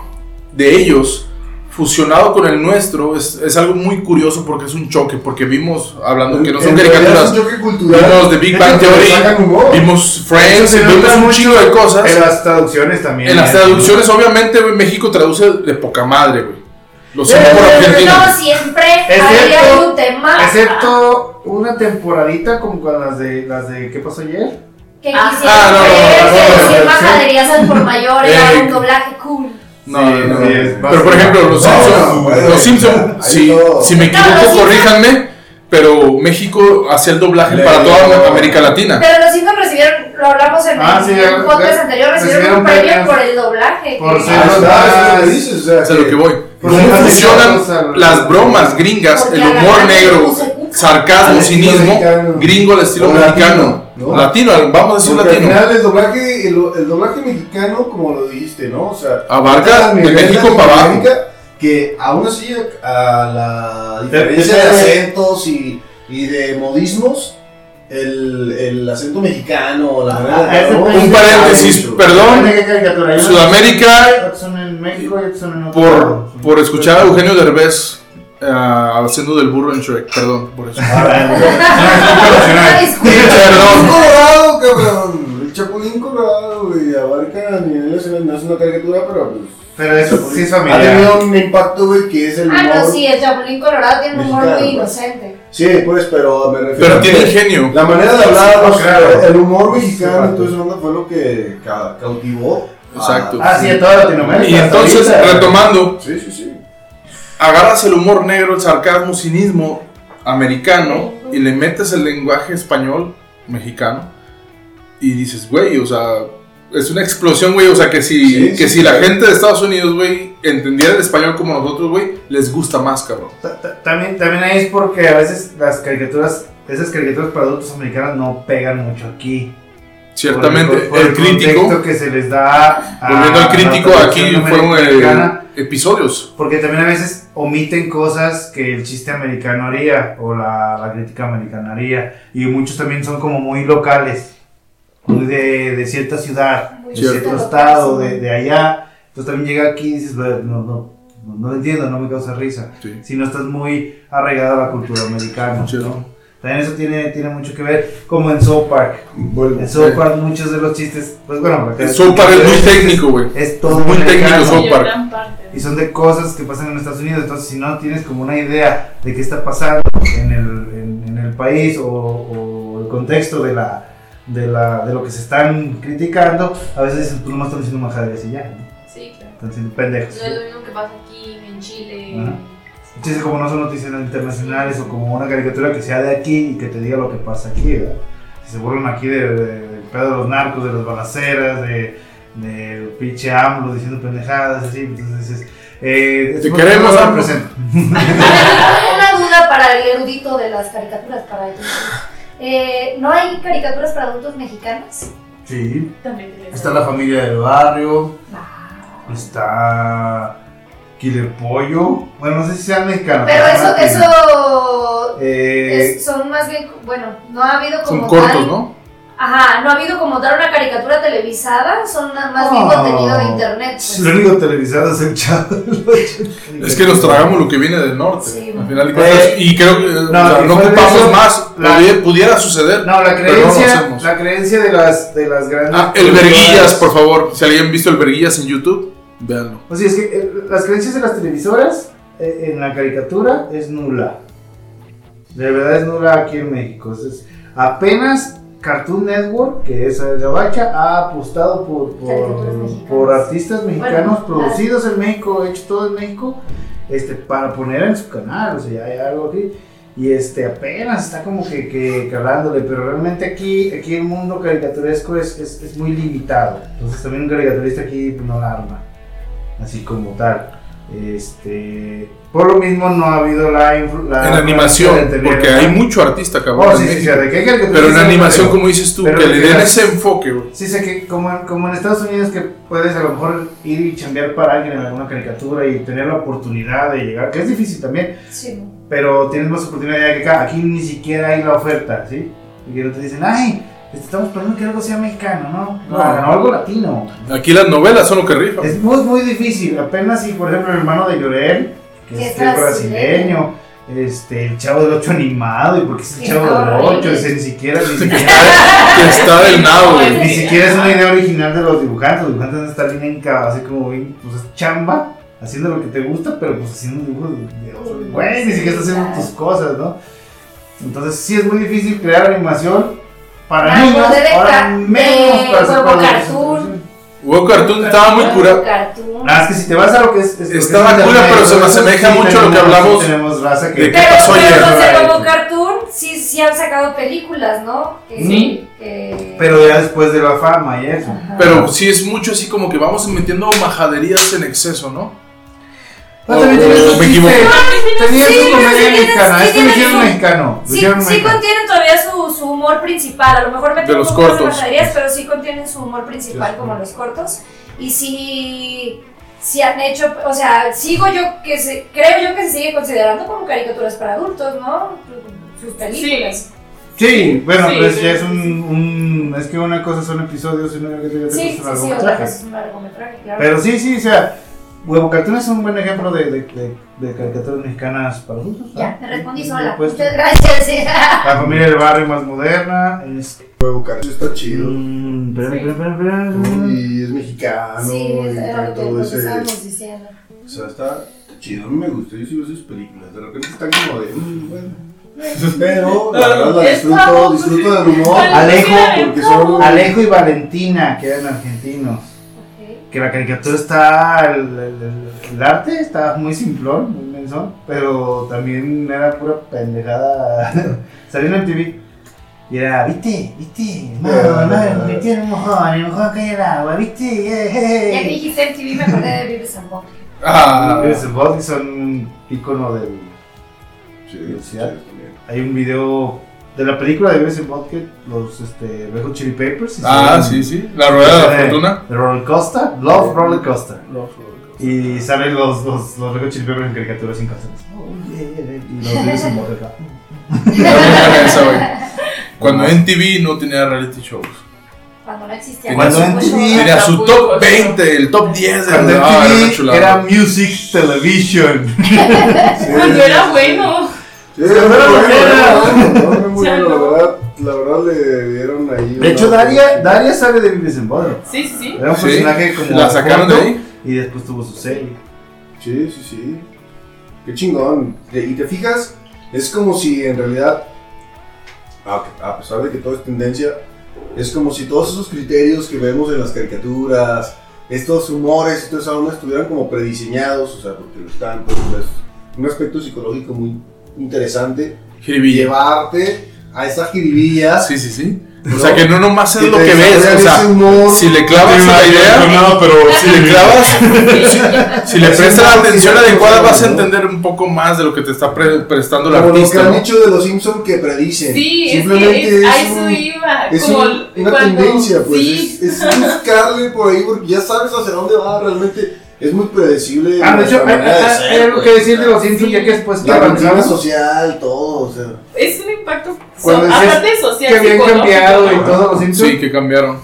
S4: de ellos fusionado con el nuestro es, es algo muy curioso porque es un choque, porque vimos, hablando que no son
S3: En realidad
S4: caricaturas,
S3: Es un choque cultural. Ah,
S4: vimos The Big
S2: Es
S4: Bang
S2: que
S3: le
S4: Theory,
S3: sacan humor.
S4: Vimos
S2: Eso
S4: Friends,
S2: se
S4: vimos
S2: nota
S4: un
S2: mucho
S4: chingo de cosas.
S2: En las traducciones también.
S4: En las
S2: ¿eh?
S4: traducciones, obviamente, güey, México traduce de poca madre, güey. Lo sé
S2: Eh,
S4: por
S5: No,
S4: Argentina.
S5: siempre había
S2: Excepto-
S5: un tema
S2: Excepto una temporadita como con las de las de ¿Qué pasó ayer?
S5: que
S7: Ah,
S5: quisieron
S4: no, no,
S5: creer
S4: no,
S5: que
S4: no,
S5: decir
S4: no,
S5: majaderías al por mayor
S4: Eh,
S5: era un doblaje cool.
S4: No, no, no.
S2: Sí, es
S4: Pero por
S2: básico.
S4: ejemplo, los
S3: No, no,
S4: Simpsons,
S3: güey.
S4: los Simpson,
S3: Ahí
S4: si,
S3: todo.
S4: si me
S5: No, los
S4: equivoco,
S5: Simpson.
S4: corríjanme, pero México hacía el doblaje
S3: Le-
S4: para toda
S3: no.
S4: América Latina.
S5: Pero los Simpsons recibieron, lo hablamos en
S2: Ah,
S5: el
S2: sí,
S5: en un podcast
S2: re-
S5: anterior, recibieron
S2: recibieron
S5: un premio
S2: premios.
S5: por el doblaje.
S2: Por
S5: que-
S2: ser-
S3: Ah, está, es lo que dices, o sea,
S4: Es a lo que voy.
S2: Por
S4: ¿Cómo
S2: ejemplo,
S4: funcionan
S2: los- los-
S4: las bromas gringas,
S5: Porque
S4: el
S5: a la
S4: humor
S5: gente no
S4: negro,
S5: se ocupa.
S4: sarcasmo,
S3: Al estilo
S4: cinismo,
S3: mexicano.
S4: gringo al estilo
S3: O
S4: mexicano?
S3: latino, ¿no?
S4: Latino, vamos a decir
S3: Porque al
S4: latino.
S3: final el doblaje, el, el doblaje mexicano, como lo dijiste, ¿no? O sea,
S4: Abarca de México para abajo.
S3: Latinoamérica, Que aún así, a la
S2: De-
S3: diferencia de,
S2: de-
S3: acentos y, y de modismos, el, el acento mexicano, la manera de
S2: Ah, ese
S3: ¿no?
S2: país-
S4: Un paréntesis,
S3: Mucho.
S4: perdón,
S2: ¿Qué caricatura? Hay una-
S4: Sudamérica-
S2: Otros son en México y otros son en otro
S4: por,
S2: lado.
S4: por escuchar a Eugenio Derbez ah, haciendo del burro en Shrek, perdón por eso.
S5: Ah, disculpa.
S3: Chapulín
S4: perdón.
S3: Colorado, cabrón. El Chapulín Colorado, güey, abarca a nivel nacional. No es una caricatura, pero pues.
S2: Pero eso sí es
S3: Ha
S2: familiar.
S3: tenido un impacto, güey, que es el humor.
S5: Ah, no, sí, el Chapulín Colorado tiene un humor
S3: Mexicano,
S5: muy
S3: pues.
S5: inocente.
S3: Sí, pues, pero me refiero.
S4: Pero
S3: a
S4: tiene
S3: que
S4: ingenio.
S3: La manera de
S2: Sí,
S3: hablar,
S2: no,
S3: o sea,
S2: claro.
S3: el humor
S2: Sí,
S3: mexicano,
S2: claro.
S3: entonces, onda, fue lo que ca- cautivó. a-
S4: Exacto.
S2: Ah, sí, en toda Latinoamérica.
S4: Y
S2: hasta
S4: entonces,
S2: ahorita.
S4: retomando,
S3: Sí, sí, sí.
S4: agarras el humor negro, el sarcasmo, cinismo americano y le metes el lenguaje español mexicano y dices, güey, o sea, es una explosión, güey, o sea, que si,
S3: Sí, sí,
S4: que si la
S3: claro.
S4: gente de Estados Unidos, güey, entendiera el español como nosotros, güey, les gusta más, cabrón.
S2: Ta- ta- También, también ahí es porque a veces las caricaturas, esas caricaturas para adultos americanas no pegan mucho aquí.
S4: Ciertamente,
S2: Por- por
S4: el crítico...
S2: contexto que se les da. a-
S4: Volviendo al
S2: a
S4: crítico,
S2: la
S4: aquí
S2: televisión
S4: fueron
S2: americana,
S4: eh, episodios.
S2: Porque también a veces omiten cosas que el chiste americano haría o la, la crítica americana haría. Y muchos también son como muy locales. muy de, de cierta ciudad, de
S5: Cierto.
S2: cierto estado, de, de allá. Entonces también llega aquí y dices, "Bueno, no, no, no, no lo entiendo, no me causa risa.
S4: Sí.
S2: Si no estás muy arraigado a la cultura americana.
S4: Sí.
S2: ¿no? También eso tiene, tiene mucho que ver, como en South Park.
S3: Vuelvo.
S2: En South Park muchos de los chistes, pues bueno, porque-
S4: El South Park es muy técnico, güey.
S2: Es todo
S4: Muy técnico
S2: americano.
S4: South
S7: Y yo
S4: Park.
S7: gran parte.
S2: Y son de cosas que pasan en Estados Unidos. Entonces, si no tienes como una idea de qué está pasando en el, en, en el país o, o el contexto de la, de la de lo que se están criticando, a veces dicen, tú nomás estás diciendo majaderías y ya. ¿no?
S6: Sí, claro.
S2: Están diciendo
S6: No
S2: pendejos.
S6: es lo mismo que pasa aquí en Chile.
S2: Ajá. Entonces, como no son noticias internacionales o como una caricatura que sea de aquí y que te diga lo que pasa aquí, ¿verdad? Si se burlan aquí de, de- del pedo de los narcos, de las balaceras, de, del pinche AMLO diciendo pendejadas, así, entonces dices... Eh,
S4: Te
S2: es-
S4: queremos, AMLO.
S2: presenta.
S5: Una duda para el erudito de las caricaturas para ellos. Eh, ¿No hay caricaturas para adultos mexicanas?
S2: Sí,
S7: También te
S2: está la familia del barrio, Ah. está Killer Pollo. Bueno, no sé si sean mexicanos.
S5: Pero eso,
S2: que-
S5: eso
S2: Eh,
S5: es- son más bien, bueno, no ha habido
S4: Son
S5: como
S4: cortos,
S5: tal-
S4: ¿no?
S5: Ajá, no ha habido como tal una caricatura televisada, son na- más bien
S4: Ah.
S2: Oh.
S5: contenido de internet. pues.
S2: Lo único televisado es el chavo.
S4: Es que nos tragamos lo que viene del norte.
S5: Sí.
S4: Al final de cuentas,
S2: Eh,
S4: y creo que eh, o sea, no,
S2: y fuera de
S4: ocupamos
S2: eso,
S4: más.
S2: la-
S4: Pudie- pudiera suceder.
S2: No, la
S4: pero no lo
S2: creencia,
S4: hacemos.
S2: la creencia de las, de las grandes.
S4: Ah, el Verguillas, por favor. Si alguien ha visto el Verguillas en YouTube, véanlo.
S2: O sea, es que eh, las creencias de las televisoras eh, en la caricatura es nula. De verdad es nula aquí en México. Es- es- apenas Cartoon Network, que es eh, gabacha, ha apostado por,
S5: Caricaturas
S2: por,
S5: mexicanas.
S2: por artistas mexicanos
S5: Bueno,
S2: producidos en México, hecho todo en México, este, para poner en su canal. O sea, ya hay algo aquí. Y este, apenas está como que, que, que hablándole, pero realmente aquí, aquí el mundo caricaturesco es, es, es muy limitado. Entonces también un caricaturista aquí pues, no la arma así como tal. Este, por lo mismo no ha habido la, influ- la
S4: en animación,
S2: de tener-
S4: porque hay mucho artista cabrón.
S2: Oh,
S4: en
S2: sí, sí, sí,
S4: México.
S2: de que hay caricaturas
S4: pero en
S2: sí,
S4: animación,
S2: pero-
S4: como dices tú,
S2: pero
S4: que
S2: lo
S4: le
S2: que
S4: den
S2: hagas-
S4: ese enfoque, güey.
S2: Sí, sé que como, en- como en Estados Unidos que puedes a lo mejor ir y chambear para alguien en alguna caricatura y tener la oportunidad de llegar, que es difícil también,
S5: Sí.
S2: pero tienes más oportunidad ya que acá. Aquí ni siquiera hay la oferta, ¿sí? Y que no te dicen, ay, este, estamos poniendo que algo sea mexicano, ¿no? No,
S4: No.
S2: no, algo latino.
S4: Aquí las novelas son lo que rifan.
S2: Es muy, muy difícil. Apenas si, por ejemplo, el hermano de Llorel, que
S5: Que
S2: es
S5: es
S2: brasileño, este, el chavo del 8 animado, y porque es el
S5: Que
S2: chavo
S5: está
S2: del
S5: horrible.
S2: 8, ese ni siquiera, ni
S4: que
S2: siquiera,
S4: está, que está del nabo, güey.
S2: Pues ni siquiera es una idea original de los dibujantes. Los dibujantes van a estar bien encabados, así como bien, pues es chamba, haciendo lo que te gusta, pero pues haciendo dibujos de otro güey, ni siquiera estás haciendo tus cosas, ¿no? Entonces, sí es muy difícil crear animación para
S5: Ay,
S2: niños,
S5: no, de
S2: ahora
S5: ca-
S2: menos
S5: de
S2: para hacer
S5: huevo
S2: para los
S5: cartoon.
S2: adultos.
S4: Hugo Cartoon estaba muy curado.
S5: Cartoon.
S2: Ah, es que si te vas a lo que es. es- lo que
S4: Estaba
S2: es
S4: cool,
S2: internet,
S4: pero se me
S2: entonces
S4: asemeja
S2: sí
S4: mucho a lo que
S2: tenemos-
S4: hablamos
S2: Tenemos raza que.
S4: de- ¿Qué
S5: Pero,
S4: pasó ayer?
S5: pero, o sea,
S2: Ahora,
S5: como
S2: eso.
S5: cartoon, sí, sí han sacado películas, ¿no? Que,
S2: Sí.
S5: que-
S2: Pero ya después de la fama y eso.
S5: Ajá.
S4: Pero sí es mucho así como que vamos metiendo majaderías en exceso, ¿no?
S2: No,
S4: O-
S2: Ah, también
S4: o
S2: tenía su
S4: me
S2: chiste.
S4: equivoco.
S2: Tenía
S5: Sí,
S2: su
S5: pero sí
S2: comedia
S5: tiene-
S2: mexicana.
S5: sí
S2: Este lo
S5: tiene
S2: hicieron
S5: su-
S2: mexicano. Lo
S5: Sí,
S2: hicieron
S5: sí
S2: mexicano.
S5: contienen todavía su, su humor principal, a lo mejor meten
S4: De
S5: un
S4: los
S5: poco más
S4: cortos.
S5: bajaderías, pero sí contienen su humor principal
S2: Sí.
S5: como los cortos. Y sí, sí han hecho, o sea, sigo yo que se, creo yo que se sigue considerando como caricaturas para adultos, ¿no? Sus películas.
S7: Sí,
S2: Sí, bueno,
S7: Sí,
S2: pues
S7: sí,
S2: ya es
S7: sí,
S2: un, un- Es que una cosa son episodios y una cosa ya te
S5: Sí, sí,
S2: gustan
S5: sí,
S2: algún
S5: otra
S2: traje.
S5: cosa es un largometraje, claro.
S2: Pero sí, sí, o sea. Huevo Cartoon es un buen ejemplo de, de, de, de caricaturas mexicanas para adultos. ¿no?
S5: ya, me respondí sola.
S2: Pues,
S5: Muchas gracias.
S2: la familia del barrio más moderna. este, es-
S3: Huevo Cartoon está chido.
S2: Mm, espérame, espérame, espérame, espérame.
S3: Y es mexicano.
S5: sí,
S3: Ah, y
S5: era
S3: trae
S5: lo que lo
S3: todo
S5: que
S3: ese.
S5: estábamos diciendo.
S3: O sea, está chido. A mí me gusta. Yo sí veo sus películas. De repente están como de. mm, bueno. Pero la verdad la disfruto. Disfruto del humor.
S2: Alejo,
S3: Porque son.
S2: Alejo y Valentina, que eran argentinos.
S5: Ok.
S2: Que la caricatura está. El, el- el- el arte está muy simplón, muy mensón. Pero también era pura pendejada. Salió en TV. Y era, viste, viste, Maradona, nos metieron un mojón, el mojón cae al agua, viste,
S5: Ya que
S2: eh, eh.
S5: dijiste MTV, me acordé de Vives and Bob.
S4: Ah,
S2: Los Bots son un ícono del,
S3: Sí, sí, sí, también.
S2: Hay un video de la película de Beavis and Butthead, los este, Red Hot Chili Papers.
S4: ah, sí,
S2: hicieron-
S4: sí. La rueda de la
S2: de-
S4: fortuna.
S2: De Roller Coaster, Love Roller Coaster. Y salen los, los, los Red Hot Chili Peppers en caricaturas sin canciones. Y los Beavis and Butthead. ¿no?
S4: Esa, güey. Cuando en TV no tenía reality shows.
S5: Cuando no existía.
S4: Cuando
S5: por supuesto.
S2: MTV
S4: Tenía su top 20, el top 10 de
S2: Cuando
S4: Ah, era una
S2: MTV
S4: chulada.
S2: era Music Television.
S7: Cuando era bueno.
S3: Sí, era muy bueno, era muy bueno, la verdad, la verdad le dieron ahí.
S2: De hecho,
S3: una-
S2: Daria, Daria sabe de Vives en Bodro.
S7: Sí, sí.
S2: Era un
S4: Sí,
S2: personaje como.
S4: la sacaron de
S2: corto
S4: ahí.
S2: Y después tuvo su serie.
S3: Sí, sí, sí. Qué chingón. Te- Y te fijas, es como si en realidad, a, a pesar de que todo es tendencia, es como si todos esos criterios que vemos en las caricaturas, estos humores, estos aún estuvieran como prediseñados, o sea, porque lo están, pues, es un aspecto psicológico muy interesante. Y
S4: Jiribilla.
S3: llevarte a esas jiribillas.
S4: Sí, sí, sí.
S3: ¿no?
S4: O sea, que no nomás es
S3: Que
S4: lo
S3: te
S4: que ves.
S3: desarrollan
S4: O
S3: ese
S4: sea,
S3: humor.
S4: si le clavas la idea,
S8: No, pero
S4: si le clavas, si le
S3: Es
S4: prestas
S3: un
S4: la
S3: arte
S4: atención
S3: que
S4: adecuada,
S3: se
S4: vas a
S3: hace, ¿no?
S4: entender un poco más de lo que te está pre- prestando el
S3: Como lo que
S4: artista.
S3: han
S4: ¿no?
S3: dicho de los Simpsons que predicen.
S7: Sí, es
S3: Simplemente
S7: que es, a eso
S3: un-
S7: iba.
S3: Es
S7: como
S3: un- una
S7: cuando-
S3: tendencia, pues.
S7: Sí,
S3: Es, es buscarle por ahí porque ya sabes hacia dónde va. Realmente es muy predecible.
S2: Ah, de hecho, hay,
S3: nuestra manera de
S2: hay-
S3: ser,
S2: hay algo
S3: pues.
S2: que decir de los Simpsons, ya que después
S3: La rutina
S2: avanzamos.
S3: social, todo. O sea,
S7: es un impacto.
S2: Cuando
S7: so-
S2: dices
S7: aparte social,
S2: Que habían
S7: psicológico,
S2: cambiado y
S7: ¿no?
S2: todo los Simpsons.
S4: Sí, que cambiaron.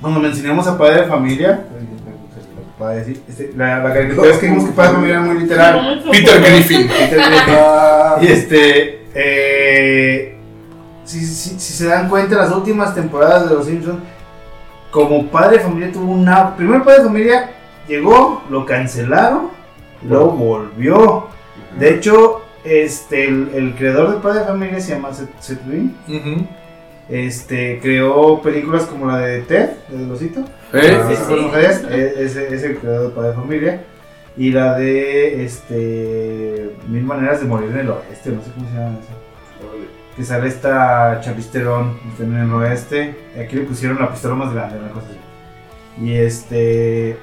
S2: Cuando mencionamos a Padre de Familia, pues, para decir, este, la, la caricatura es que vimos que Padre de Familia era muy literal.
S4: Peter Griffin.
S3: ah,
S2: Y este, eh, si, si- si se dan cuenta, las últimas temporadas de Los Simpsons, como Padre de Familia tuvo una... Primero Padre de Familia llegó, lo cancelaron, lo volvió. De hecho, este, el, el creador de Padre de Familia se llama Seth, Seth Green.
S4: Ujú.
S2: Este, creó películas como la de Ted, de Losito.
S4: ¿Eh?
S3: Ah.
S2: Sí, sí, por mujeres, eh, ese es el creador de Padre de Familia. Y la de este Mil Maneras de Morir en el Oeste, no sé cómo se llama esa. Que sale esta chapisterón también en el oeste. Y aquí le pusieron la pistola más grande, una cosa así. Y este.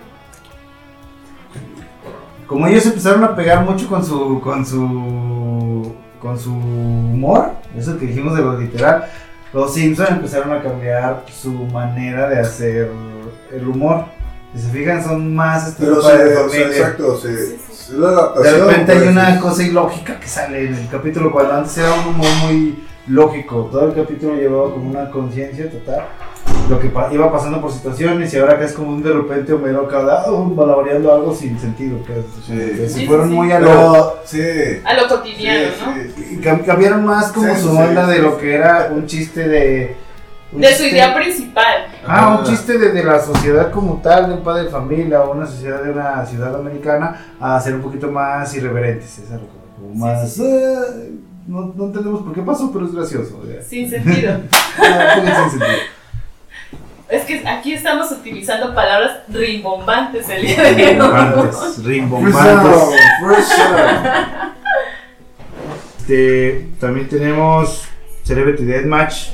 S2: Como ellos empezaron a pegar mucho con su. con su. con su humor, eso que dijimos de lo literal, los Simpsons empezaron a cambiar su manera de hacer el humor. Si se fijan, son más
S3: pero
S2: estilo
S3: se,
S2: padre de
S3: o sea,
S2: familia.
S3: exacto. Se,
S7: Sí,
S3: es la
S2: De
S3: adaptación.
S2: repente hay
S3: pues,
S2: una
S3: es-
S2: cosa ilógica que sale en el capítulo, cuando antes era un humor muy lógico. Todo el capítulo llevaba como una conciencia total. Lo que pa- iba pasando por situaciones y ahora que es como un de repente Homero cada malabareando algo sin sentido. Que,
S3: Sí.
S2: que se
S7: Sí,
S2: fueron
S7: sí,
S2: muy a lo.
S3: Pero, sí.
S7: A lo
S3: sí,
S7: cotidiano, ¿no?
S3: sí,
S2: y cam- Cambiaron más como
S3: Sí,
S2: su
S3: sí,
S2: onda
S3: sí,
S2: de
S3: sí.
S2: lo que era un chiste de. un
S7: De su
S2: chiste-
S7: idea principal.
S2: Ah,
S3: Ah.
S2: un chiste de, de la sociedad como tal, de un padre de familia o una sociedad de una ciudad americana, a ser un poquito más irreverentes. Es algo como- como más. "Ah, no, no entendemos por qué pasó, pero es gracioso. o sea,
S7: Sin sentido.
S2: ah, tiene ese sentido.
S7: Es que aquí estamos utilizando palabras rimbombantes el día de hoy.
S2: Rimbombantes,
S3: Fuerza,
S2: rimbombantes.
S3: fuerza.
S2: Este, también tenemos Celebrity Deathmatch.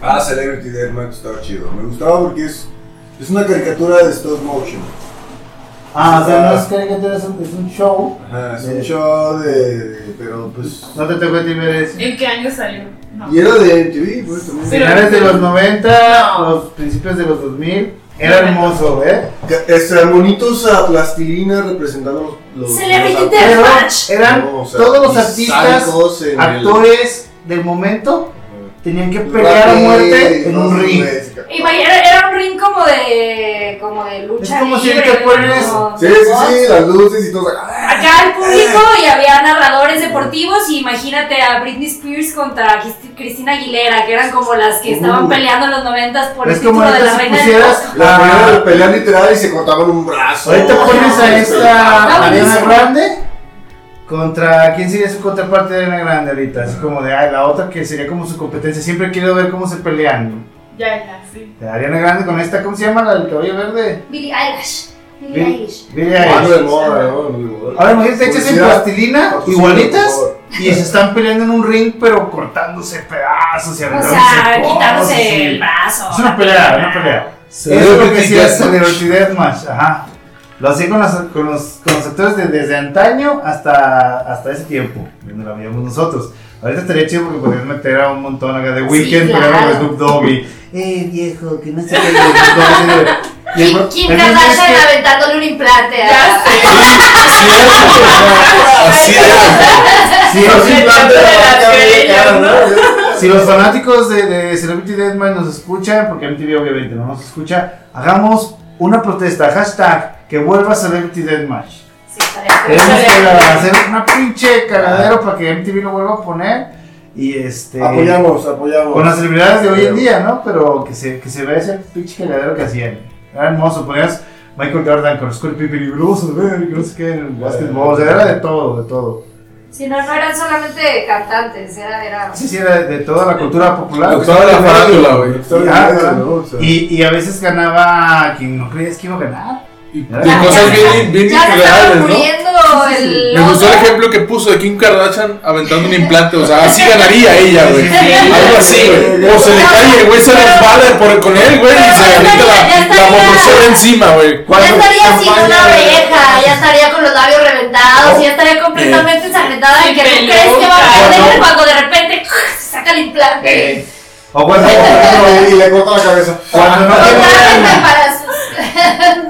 S3: Ah, Celebrity Deathmatch estaba chido. Me gustaba porque es, es una caricatura de stop motion.
S2: Ah, o sea, no
S3: Ah.
S2: es caricatura, es un, es un show.
S3: Ajá, es un
S2: De-
S3: show de. Pero pues.
S2: No te tocó a ti ver eso.
S7: ¿En qué año salió? No.
S3: Y era de MTV, pues también.
S7: Pero-
S2: Finales de los 90,
S7: No.
S2: los principios de los 2000. Era hermoso, ¿eh?
S3: Que- este, monitos a plastilina representando los. los
S5: Celebrity
S3: los-
S5: Death.
S2: Pero
S5: Match.
S2: eran
S3: No, o sea,
S2: todos los artistas,
S3: sádicos en el-
S2: actores del momento, tenían que
S3: Ajá.
S2: pelear a muerte en
S3: No,
S2: un
S3: no,
S2: ring.
S3: es-
S5: Y vaya, era, era un ring como de, como de lucha.
S2: Es como si
S5: libre,
S2: te pones-
S5: como-
S3: Sí, sí, sí, las luces y todo.
S5: Acá el público y había narradores deportivos y imagínate a Britney Spears contra Crist- Cristina Aguilera, que eran como las que estaban
S3: Uh.
S5: peleando en los noventas por
S2: Es
S5: el
S2: como
S5: título de
S2: ahorita
S5: la
S2: si
S5: reina del
S2: pusieras
S3: La manera de
S2: a,
S3: pelear literal y se cortaban un brazo.
S2: ahorita pones a
S5: Ah,
S2: esta Ariana
S5: buenísimo.
S2: Grande contra quién sería su contraparte de Ariana Grande ahorita, así como de ay, la otra que sería como su competencia, siempre quiero ver cómo se pelean.
S7: Ya, ya, sí.
S2: De Ariana Grande con esta, ¿cómo se llama la del cabello verde?
S5: Billie Eilish. Billie
S2: Billie-
S5: Eilish.
S2: Billie
S3: Mano de
S2: Eilish.
S3: moda, ¿no? Mano de moda.
S2: Ahora imagínate hechas en
S3: Publicidad.
S2: plastilina,
S3: Patrocinio, por
S2: igualitas,
S3: favor.
S2: Y se están peleando en un ring, pero cortándose pedazos y
S5: O
S2: arreglándose
S5: sea,
S2: cosas, sí.
S5: quitándose el brazo.
S2: Es una pelea, una pelea. Eso es lo que hacía Celebrity Deathmatch, ajá. Lo hacía con los, con los, con los actores de- desde antaño hasta, hasta ese tiempo, donde lo veíamos nosotros. Ahorita estaría chido porque podrías meter a un montón acá de Weekend
S5: Sí,
S2: peleando
S5: claro.
S2: con Snoop Dogg y, Eh, viejo, que no sé qué. y Snoop Dogg así de- y el-
S5: Kim, Kim
S2: el punto es
S5: Kardashian
S2: que-
S5: aventándole un implante.
S7: Ya
S5: ¿ah?
S7: sé.
S4: Así era.
S2: Sí,
S3: Pero
S2: o
S3: sí,
S2: sea,
S3: planta,
S7: de las
S3: planta,
S7: querellas,
S3: cara, ¿no?
S2: Si los fanáticos de, de Celebrity Deathmatch nos escuchan, porque MTV obviamente no nos escucha, hagamos una protesta, hashtag que vuelva Celebrity Deathmatch.
S5: Sí, estaría cool.
S2: Tenemos que hacer una pinche caladero para que MTV lo vuelva a poner y este...
S3: Apoyamos, apoyamos.
S2: Con las celebridades de hoy en día, ¿no? Pero que se, que se vea ese pinche cagadero que hacían. Era hermoso, ponías Michael Jordan con los cuerpos peligrosos, ver, que no sé qué,
S4: Eh.
S2: en el básquetbol, o sea, era de todo, de todo.
S5: Sí, no, no eran solamente cantantes, era, era...
S2: Sí, sí, era de toda la cultura popular.
S4: Lo que estaba en la farándula, güey.
S3: Está bien,
S2: Ah,
S3: ¿no? O sea,
S2: Y, y a veces ganaba quien no creías que iba a ganar.
S4: Y, y
S3: Ah.
S4: cosas bien, bien
S5: Ya se estaba
S4: irreales, ¿no?
S5: muriendo el...
S4: Me gustó el ejemplo que puso de Kim Kardashian aventando un implante, o sea, así ganaría ella, güey. Algo así, güey. O se le cae, el güey, se le enfada por, con él, güey, y se le avienta la, la motosierra encima, güey.
S5: Ya estaría sin
S3: campañas?
S5: una oreja, ya estaría con los labios reventados, ya estaría completamente ensangrentada y que no
S7: peluca.
S5: crees que va a poder
S2: Bueno.
S5: cuando de repente ¡ah! se saca el implante.
S2: Eh, O cuando,
S3: Y le corta la cabeza.
S2: cuando no
S5: Totalmente
S2: querían,
S5: embarazos.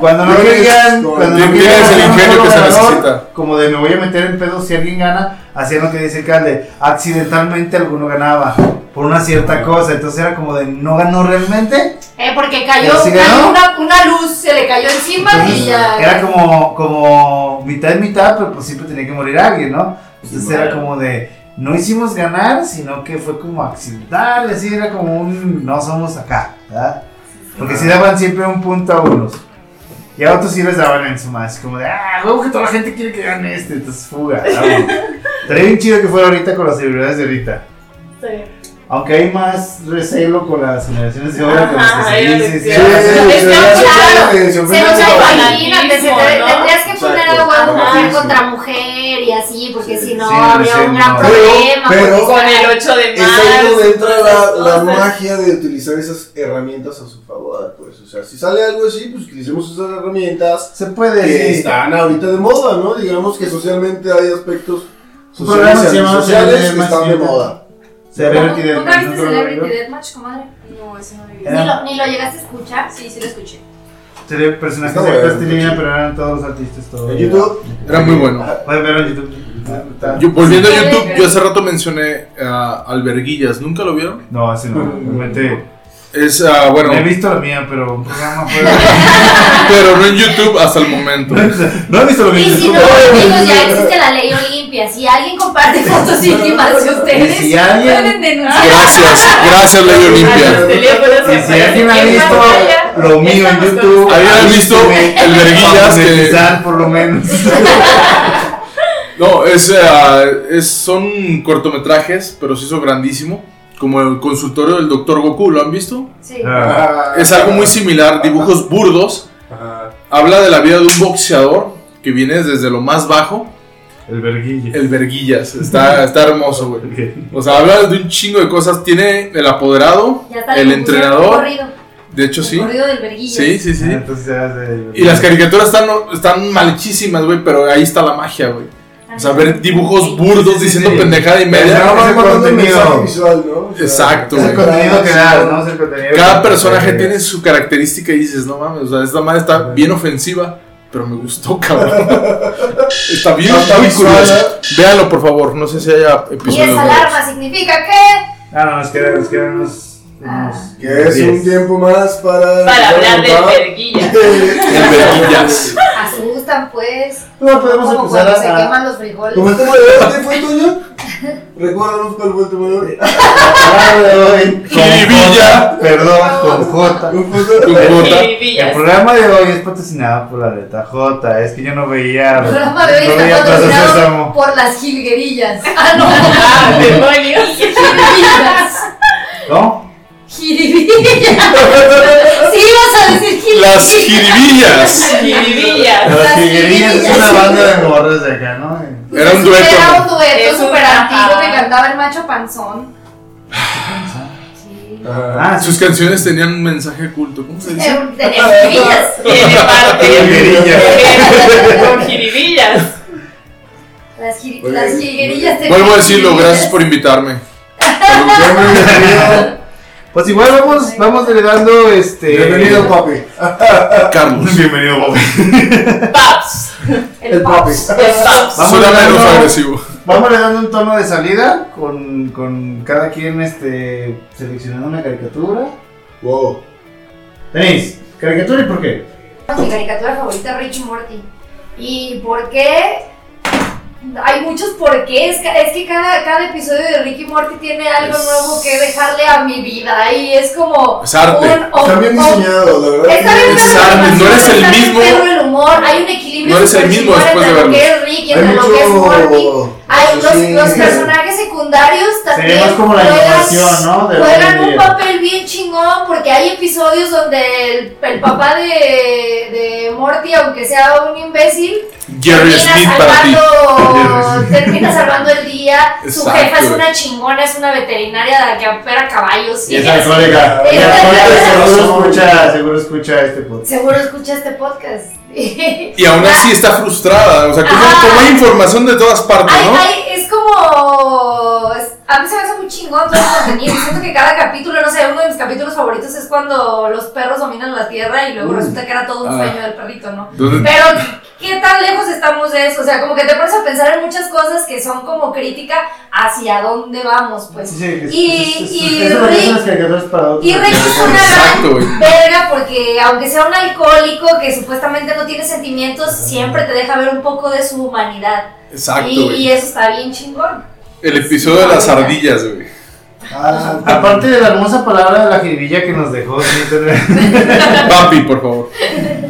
S2: cuando no
S3: Tienes-
S2: querían, cuando no
S4: tienes
S2: querían
S4: el
S2: hacer un
S4: ingenio
S2: solo
S4: que se
S2: ganador,
S4: necesita.
S2: Como de me voy a meter en pedo si alguien gana, hacían lo que dice el alcalde, accidentalmente alguno ganaba por una cierta cosa, entonces era como de no ganó realmente,
S5: Eh, porque cayó,
S2: Pero sí
S5: cayó
S2: ganó.
S5: una, una luz, se le cayó encima y ya.
S2: era como, como mitad y mitad, pero pues siempre tenía que morir alguien, ¿no? Entonces era como de no hicimos ganar, sino que fue como accidental, así era como un no somos acá, ¿verdad? Porque si daban siempre un punto a unos. Y a otros sí les daban en su más, como de, ah, huevo que toda la gente quiere que gane este, entonces fuga. vamos". Estaría bien chido que fuera ahorita con las celebridades de ahorita. Aunque hay más recelo con las generaciones de ahora, con las que
S7: Ajá,
S2: se
S7: ahí
S2: dicen,
S7: lo
S2: sí,
S3: Sí,
S7: decía.
S2: sí,
S3: sí,
S5: Es
S3: sí,
S5: que,
S3: sí,
S5: claro,
S3: sí, sí,
S5: Se
S3: sí,
S5: nos
S3: sí, sí,
S5: imagina,
S3: sí.
S5: te-
S7: Fanatismo,
S5: te-
S7: ¿no?
S5: tendrías que poner
S3: Exacto.
S5: a huevo mujer
S3: Fanatismo.
S5: contra mujer y así, porque
S3: Sí,
S5: si no
S2: sí,
S5: habría
S2: sí,
S5: un gran
S2: no.
S5: problema.
S3: Pero- pero-
S5: porque
S7: Con
S5: se-
S7: el 8 de
S3: Es
S7: marzo.
S3: ahí donde entra la,
S7: esas
S3: la
S7: cosas.
S3: magia de utilizar esas herramientas a su favor, pues. O sea, si sale algo así, pues utilicemos esas herramientas
S2: Se puede
S3: que
S2: decir.
S3: están ahorita de moda, ¿no? Digamos que socialmente hay aspectos
S2: Un programa que
S3: sociales,
S2: se llamaba
S3: sociales que
S2: Celebrity
S3: están de
S2: Deathmatch.
S3: moda.
S2: Celebrity
S6: ¿Nunca-
S2: Deathmatch,
S6: ¿Nunca viste
S2: ¿no?
S6: Celebrity Deathmatch, comadre? No, ese no lo vi.
S2: Era-
S5: Ni lo, ni lo llegaste a escuchar.
S6: Sí, sí lo escuché.
S2: Tele- personajes
S3: Está
S2: de
S3: bueno,
S2: plastilina,
S3: chido.
S2: pero eran todos los artistas, todos.
S3: En YouTube, ah,
S4: Era muy bueno.
S2: Pueden verlo en YouTube. Está-
S4: Yo- volviendo a YouTube, yo hace rato mencioné a Alberguillas, ¿nunca lo vieron?
S2: No, ese no. Realmente.
S4: Es, ah, bueno,
S2: No he visto la mía, pero un programa fue.
S4: pero no en YouTube hasta el momento.
S2: no he visto lo
S5: Y
S2: mismo.
S5: si no, amigos, ya existe la ley Olimpia. Si alguien comparte fotos íntimas de ustedes,
S2: Y si alguien-
S5: pueden denunciar.
S4: Gracias, gracias Ley
S7: A los
S4: Olimpia.
S7: teléfonos
S2: Y si alguien ha
S7: aparecen en
S2: visto
S7: pantalla.
S2: lo mío en
S7: Estamos
S2: YouTube,
S4: Habían visto el verguillas que-
S2: monetizar, por lo menos.
S4: No, es, ah, es- son cortometrajes, pero se hizo grandísimo. Como el consultorio del Dr. Goku, ¿lo han visto?
S5: Sí.
S2: ah,
S4: Es algo muy similar, dibujos burdos.
S3: Ajá.
S4: Habla de la vida de un boxeador que viene desde lo más bajo,
S2: El verguillo.
S4: el Verguillas. Está, está hermoso, güey. O sea, habla de un chingo de cosas. Tiene el apoderado,
S5: Ya está
S4: el
S5: le pusieron un
S4: entrenador.
S5: Corrido,
S4: De hecho,
S5: un
S4: sí.
S5: corrido del verguillo.
S4: Sí, sí, sí.
S2: Entonces ya es de-
S4: Y las caricaturas están, están mal hechísimas, güey, pero ahí está la magia, güey. O sea, ver dibujos burdos
S2: Sí, sí,
S4: diciendo
S2: sí.
S4: pendejada
S2: Pero
S4: y media.
S2: no,
S3: Estaba
S2: ese
S3: ah, mandando un
S2: contenido.
S3: mensaje visual, ¿no? O sea,
S4: Exacto,
S2: Es el contenido que da, ¿no? Es el contenido
S4: Cada
S2: que-
S4: personaje
S2: que-
S4: tiene su característica y dices, no mames, o sea, esta madre está bien ofensiva, pero me gustó, cabrón. Está bien,
S3: Está
S4: muy
S3: visual,
S4: curioso. Véanlo, por favor, no sé si haya
S5: Y
S4: episodios.
S5: esa alarma significa que.
S2: Ah, no, nos quedan, nos quedan unos. unos
S3: Que es un
S2: diez.
S3: tiempo más para.
S7: Para hablar del
S3: ¿verdad?
S7: verguilla.
S4: El verguillas.
S5: Así gustan, pues.
S2: No, podemos
S5: como
S2: empezar
S5: cuando se
S2: a,
S5: queman los
S3: ¿Cómo
S5: frijoles.
S3: el tema de hoy? ¿Qué fue, Toño? Recuérdanos cuál fue el tema de hoy.
S2: Ahora de hoy, con
S4: Y Villa.
S2: J, perdón, con J.
S3: ¿Cuál fue el tema?
S4: Tu cuota.
S2: El
S7: Jiribillas.
S2: programa de hoy es patrocinado por la letra J. Es que yo no veía.
S5: El programa de
S2: no
S5: hoy
S2: veía
S5: está
S2: Plaza
S5: patrocinado
S2: Sésamo.
S5: por las jilguerillas. Ah, no,
S7: Ah, demonios.
S5: jiribillas.
S2: ¿No?
S5: Jiribillas. Sí, ibas a decir jiribillas.
S4: Las jiribillas.
S7: Jiribillas.
S2: Los
S5: Las
S2: Figuerillas es una
S5: Figuerillas.
S2: banda de morros de acá, ¿no? Y-
S4: Era un
S5: Era un
S4: dueto.
S5: dueto
S7: Es un-
S5: súper antiguo que
S7: ajá.
S5: cantaba el macho panzón. Sí.
S3: Ajá.
S2: Ah,
S4: Sus canciones tenían un mensaje culto. ¿Cómo se dice?
S5: Era un- Tenía jiribillas.
S7: Tiene parte
S2: Figuerillas.
S7: con jiribillas.
S5: Las, jiri-
S3: Oye,
S5: las jilguerillas. de-
S4: Vuelvo a decirlo, gracias por invitarme.
S3: Bienvenido.
S2: Pues igual vamos, vamos heredando este.
S3: Bienvenido, papi.
S4: Carlos.
S2: Bienvenido, Bobby.
S7: Paps.
S5: El, el
S3: papi.
S2: Vamos
S4: Suena menos
S2: hablando-
S4: agresivo.
S2: Vámonos dando un tono de salida con, con cada quien este, seleccionando una caricatura.
S3: Wow.
S2: Tenéis, caricatura y por qué.
S5: Mi caricatura favorita es Rich Morty. ¿Y por qué? Hay muchos por qué. Es que, es que cada, cada episodio de Ricky Morty tiene algo
S4: Es-
S5: nuevo que dejarle a mi vida. Y es como.
S4: Es arte.
S3: Está bien diseñado, la verdad.
S5: Oh, Está bien
S4: Es
S5: una
S4: arte,
S5: animación,
S4: no eres el
S5: está bien
S4: mismo.
S5: perro el humor, hay un equilibrio.
S4: No eres el mismo
S5: superchingón
S4: después de
S5: entre lo que
S4: verlo.
S5: es Ricky, entre lo que es Morty. Ay, los,
S3: Sí.
S5: los personajes secundarios también
S2: Sería más como la
S5: juegan-
S2: innovación, ¿no? De la
S5: juegan un
S2: serie.
S5: papel bien chingón porque hay episodios donde el, el papá de, de Morty, aunque sea un imbécil,
S4: Jerry
S5: termina
S4: Smith para ti.
S5: salvando, termina salvando el día. Su
S4: Exacto.
S5: jefa es una chingona, es una veterinaria de la que opera caballos. y
S2: Y es
S5: es-
S2: alcohólica.
S5: Sí,
S2: Y alcohólica,
S5: sí,
S3: sí.
S2: seguro escucha, seguro escucha este podcast.
S5: Seguro escucha este podcast.
S4: Y aún así está frustrada. O sea, como,
S5: Ajá.
S4: como hay información de todas partes,
S5: Ay,
S4: ¿no?
S5: ay, es como. es- A mí se me hace muy chingón todo el contenido. Siento que cada capítulo, no sé, uno de mis capítulos favoritos es cuando los perros dominan la tierra y luego resulta que era todo un
S4: Ah.
S5: sueño del perrito, ¿no?
S4: Entonces,
S5: Pero, ¿qué tan lejos estamos de eso? O sea, como que te pones a pensar en muchas cosas que son como crítica hacia dónde vamos, pues. Y- y
S2: eso lo que hacen
S5: Rick-
S2: las caricaturas para otros.
S5: Y Rick es una
S4: Exacto, güey.
S5: gran verga porque aunque sea un alcohólico que supuestamente no tiene sentimientos, siempre te deja ver un poco de su humanidad.
S4: Exacto,
S5: y,
S4: güey.
S5: y eso está bien chingón.
S4: El episodio de las ardillas, güey.
S2: Ah, aparte de la hermosa palabra de la jiribilla que nos dejó, sí, tener-
S4: Papi, por favor.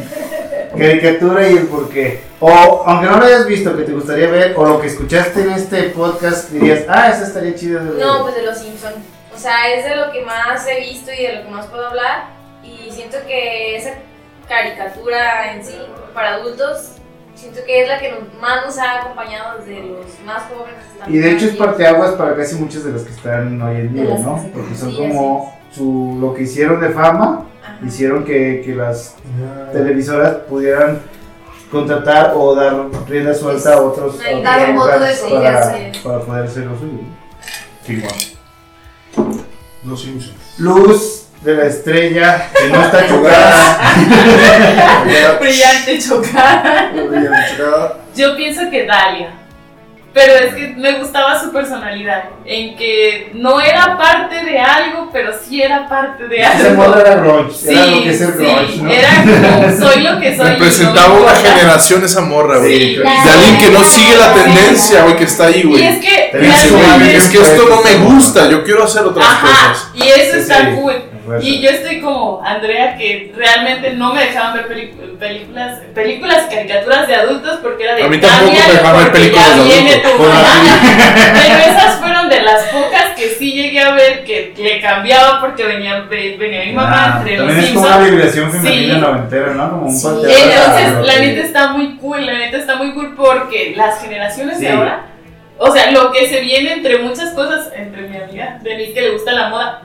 S2: caricatura y el porqué. O aunque no lo hayas visto, que te gustaría ver, o lo que escuchaste en este podcast, dirías, ah, esa estaría chida de ver.
S6: No, pues de los Simpsons. O sea, es de lo que más he visto y de lo que más puedo hablar. Y siento que esa caricatura en sí, para adultos, siento que es la que nos- más nos ha acompañado desde los más jóvenes. hasta
S2: Y de hecho es
S6: los más viejos.
S2: parteaguas para casi muchas de las que están hoy en
S5: De
S2: día,
S5: las
S2: ¿no?
S5: que se-
S2: Porque son
S6: sí,
S2: como su, lo que hicieron de fama,
S6: Ajá.
S2: hicieron que, que las televisoras pudieran contratar o dar rienda suelta a otros
S6: Ahí
S2: a
S5: dar
S2: otros
S5: un voto de
S2: lugares para,
S6: confianza.
S2: para poder hacer lo suyo. Sí, bueno.
S3: Los Simpsons.
S2: Luz de la estrella que no está chocada.
S7: Brillante chocar.
S3: Chocada.
S7: Yo pienso que Dalia. Pero es que me gustaba su personalidad. En que no era parte de algo, pero sí era parte de
S2: Ese
S7: algo.
S2: modo era grunge,
S7: Sí,
S2: era lo que es el
S7: sí,
S2: grunge, ¿no?
S7: Era como soy lo que soy. y
S4: Representaba
S7: no me
S4: una
S7: importa.
S4: generación esa morra, güey.
S7: Sí,
S4: De alguien que no sigue la tendencia, güey, que está ahí,
S7: Y
S4: güey.
S7: es que
S2: Te
S4: Y dice,
S2: Gracias,
S4: güey,
S2: güey.
S4: es que esto no me gusta, yo quiero hacer otras cosas.
S7: Ajá, y eso
S2: Sí,
S7: está
S2: sí.
S7: cool.
S2: Bueno.
S7: Y yo estoy como Andrea, que realmente no me dejaban ver pelicu- películas, películas, caricaturas de adultos porque era de
S4: A mí tampoco
S7: "Cámbiale
S4: me dejaban ver
S7: porque
S4: películas
S7: ya
S4: de
S7: viene
S4: adultos".
S7: tu
S2: Con la-
S7: mamá. Pero esas fueron de las pocas que sí llegué a ver que le cambiaba porque venía, ve- venía mi
S2: Ah,
S7: mamá entre los
S2: también es como una
S7: Simpsons.
S2: vibración femenina
S7: Sí.
S2: noventera, ¿no? Como un
S5: Sí.
S2: parteaguas.
S7: Entonces, la neta está muy cool, la neta está muy cool porque las generaciones de
S2: Sí.
S7: ahora, o sea, lo que se viene entre muchas cosas, entre mi amiga Denise que le gusta la moda,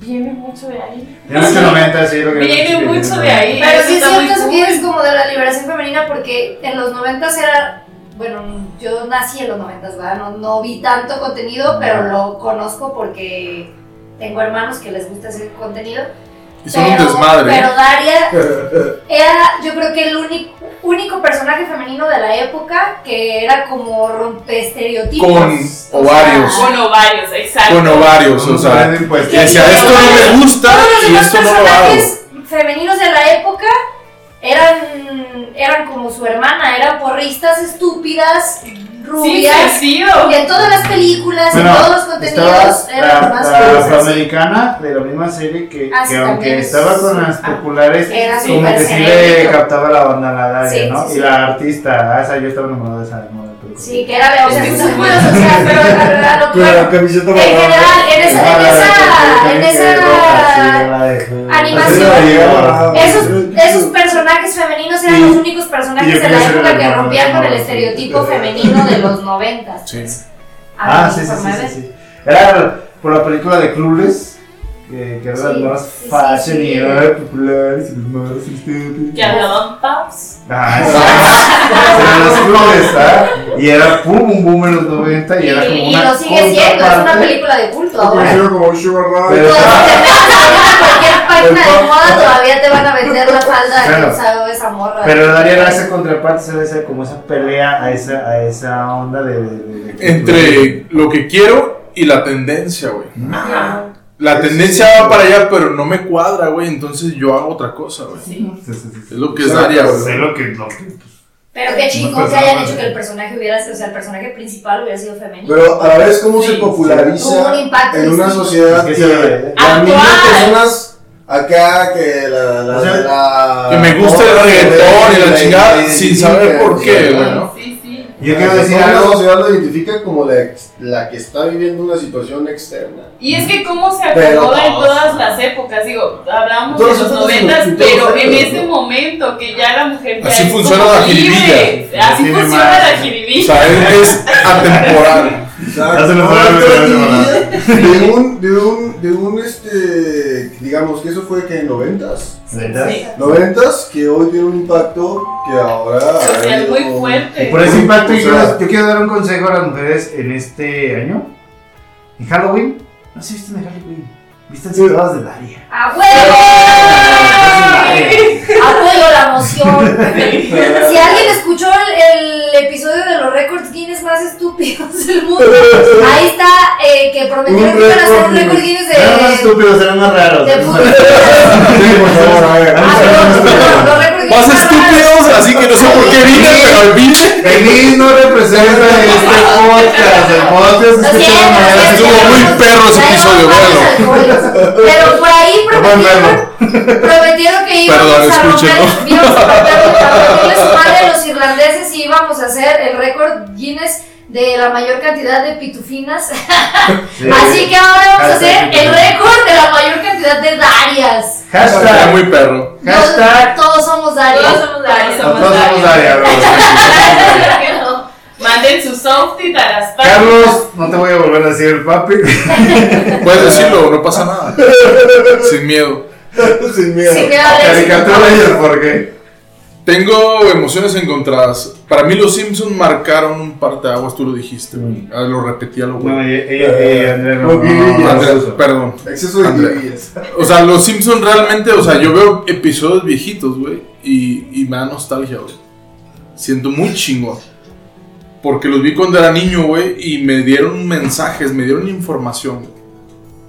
S7: viene mucho de ahí.
S2: Tiene mucho 90, sí, lo que
S7: Viene
S2: sí,
S7: mucho
S2: sí,
S7: de ahí.
S5: Pero sí es
S7: Está
S5: cierto
S7: muy
S5: eso
S7: cool.
S5: que es como de la liberación femenina porque en los noventas era, bueno, yo nací en los noventas, ¿verdad? No, no vi tanto contenido, pero lo conozco porque tengo hermanos que les gusta ese contenido.
S4: Y son un
S5: Pero-
S4: desmadre. ¿eh?
S5: Pero Daria Era, yo creo que el único, único personaje femenino de la época que era como rompe estereotipos.
S4: Con
S5: O
S4: ovarios.
S5: sea,
S7: Con ovarios, exacto.
S4: Con ovarios, o sea.
S2: pues,
S4: Que decía, esto no me gusta
S5: todos los
S4: y
S5: demás
S4: esto no lo hago.
S5: personajes femeninos de la época eran, eran como su hermana, eran porristas estúpidas,
S7: Sin
S5: rubias.
S7: sentido.
S5: y en todas las películas,
S2: Bueno,
S5: en todos los contenidos,
S2: estaba
S5: eran
S2: la,
S5: las más
S2: la
S5: curiosas.
S2: afroamericana de la misma serie que,
S5: Ah, sí,
S2: que aunque
S5: también es-
S2: estaba con las
S7: ah,
S2: populares,
S5: Era
S7: Sí,
S2: como
S5: súper
S2: que sí le
S5: genérico.
S2: captaba la banda a la Daria,
S5: Sí,
S2: ¿no?
S5: sí,
S2: y
S5: sí.
S2: la artista, ah, esa yo estaba enamorada de esa moda.
S5: Sí, que era, o sea,
S2: Sí.
S5: sus círculos sociales, pero la verdad, lo que-
S3: Con la camiseta
S5: En
S3: barrada.
S5: general, en esa, en esa, en esa animación, Esos, esos personajes femeninos eran
S2: Y-
S5: los únicos
S2: y yo
S5: personajes de
S2: quería
S5: la
S2: ser
S5: época
S2: el
S5: que
S2: hermano,
S5: rompían con el
S2: ¿no?
S5: estereotipo femenino de los noventas.
S4: Sí.
S5: pues.
S2: Ah,
S5: A mí
S2: sí,
S5: me
S2: sí, sí,
S5: formaba.
S2: sí, sí. Era por la película de Clueless, que, que era la
S5: Sí,
S2: más
S5: sí,
S2: fashion
S5: sí,
S2: y
S5: sí.
S2: era popular y sus madres estúpidas.
S7: Que hablaban paps.
S2: Ah, exacto. Eran los Clueless, ¿ah? Y era pum, un boom en los 90 y era como
S5: Y, y
S2: una.
S5: lo sigue siendo, es una
S2: contraparte.
S5: película de culto
S3: Conocido
S5: ahora.
S3: como Sugar Ray.
S2: Pero-
S5: Todos se pueden hacer en cualquier página de
S3: Pero-
S5: moda todavía te van a vender la falda de
S2: Claro.
S5: que usaba esa morra.
S2: Pero daría a esa contraparte, se ve esa- como esa pelea a esa, a esa onda de. de- de-
S4: Entre lo que quiero y la tendencia, güey.
S5: Ajá.
S4: La
S3: Sí,
S4: tendencia
S3: sí, sí.
S4: va para allá, pero no me cuadra, güey. Entonces yo hago otra cosa, güey.
S2: Sí, sí, sí,
S4: Es
S2: sí.
S4: lo que es área,
S2: Pues
S4: güey.
S2: es lo que. lo que-
S5: Pero qué chingón
S2: Pues,
S5: que hayan
S2: ah,
S5: hecho que el personaje hubiera sido, o sea, el personaje principal hubiera sido femenino.
S3: Pero a la vez, ¿cómo
S7: Sí,
S3: se populariza
S5: Tuvo un impacto
S3: en una
S5: distinto.
S3: sociedad
S2: Es que
S3: que,
S2: sí, eh.
S3: a mí
S7: Actual.
S3: personas acá que la. la,
S2: O sea,
S3: la-
S4: que me gusta el
S3: la-
S4: reggaetón y la chingada, sin saber por
S3: identifica,
S4: qué,
S3: o sea,
S4: güey, ¿no?
S7: Sí, sí.
S2: Yo quiero decir
S3: Una
S2: algo.
S3: sociedad lo identifica como la, ex- la que está viviendo una situación externa.
S7: Y es que cómo se
S3: Pero
S7: acomoda en
S3: no,
S7: todas
S3: sí.
S7: las épocas, digo, hablábamos de
S3: Todas
S7: los
S3: las épocas,
S7: noventas,
S3: en todas
S7: pero
S3: las
S7: en
S3: épocas,
S7: este
S3: ¿no?
S7: momento que ya la mujer ya
S4: Así
S7: es
S4: funciona
S7: como
S4: la jiribilla.
S7: libre, Así
S2: Tiene
S7: funciona
S2: más.
S7: la
S4: O
S7: jiribilla.
S4: sea, es, es atemporal.
S2: Ya se lo
S3: No,
S2: sabe,
S3: no,
S2: pero
S3: no,
S2: no,
S3: no. De un, de un, de un, este, digamos que eso fue que en noventas,
S2: ¿Verdad?
S7: Sí.
S3: noventas, que hoy tiene un impacto que ahora.
S7: Social muy
S3: no-
S7: fuerte.
S2: Por ese impacto,
S3: O
S2: yo,
S3: sea-
S2: yo quiero dar un consejo a las mujeres en este año. En Halloween, no se visten de Halloween. Vístanse todas de Daria.
S5: ¡A huevo! ¡A huevo la emoción! Si alguien escuchó el, el episodio de los récords Guinness más estúpidos del mundo, ahí está eh, que prometieron
S3: Un
S5: que iban a hacer un
S3: récord
S5: récord Guinness de. de
S2: estúpidos, eran más raros.
S5: publicidad.
S3: Sí, por favor, a ver.
S5: Ah, pero los- los récords Guinness
S4: Más
S5: más raros.
S4: estúpidos, así que no sé por qué vine, pero el pinche
S2: Feliz no representa este podcast. El podcast
S5: Lo
S2: es
S5: siento,
S2: escuchado de
S5: lo
S2: manera
S5: siento,
S4: Estuvo
S5: tenemos-
S4: muy perro
S5: tenemos
S4: ese episodio,
S5: varios alcohólicos. Pero por ahí
S2: Toman
S5: prometieron, prometieron que íbamos
S4: Perdón,
S5: a romper,
S4: escúchenlo.
S5: íbamos a romper- a romperle su madre a los irlandeses y íbamos a hacer el récord Guinness de la mayor cantidad de pitufinas. Así que ahora vamos a hacer el récord de la mayor cantidad de darias.
S4: Era
S2: Hashtag.
S4: muy perro.
S2: Hashtag.
S5: Todos, todos somos darias.
S6: Todos somos darias.
S7: Todos
S2: Todos somos Daria, bro.
S7: Manden su outfit a las páginas.
S2: Carlos, no te voy a volver a decir el papi.
S4: Puedes decirlo, no pasa nada. Sin miedo.
S3: Sin miedo.
S5: Sin miedo.
S2: Caricatura y el porqué.
S4: Tengo emociones encontradas. Para mí los Simpsons marcaron un parteaguas, tú lo dijiste, güey. Ah, Lo repetí a lo
S2: No,
S4: güey.
S2: ella, ella, ella, Andrea, no.
S3: Ok,
S2: no, no,
S3: ya.
S2: no,
S4: Andrés,
S2: no, no.
S4: Perdón.
S3: Exceso de
S4: Andrea.
S3: guillas.
S4: O sea, los Simpsons realmente, o sea, yo veo episodios viejitos, güey, y, y me da nostalgia, güey. Siento muy chingón. Porque los vi cuando era niño, güey, y me dieron mensajes, me dieron información.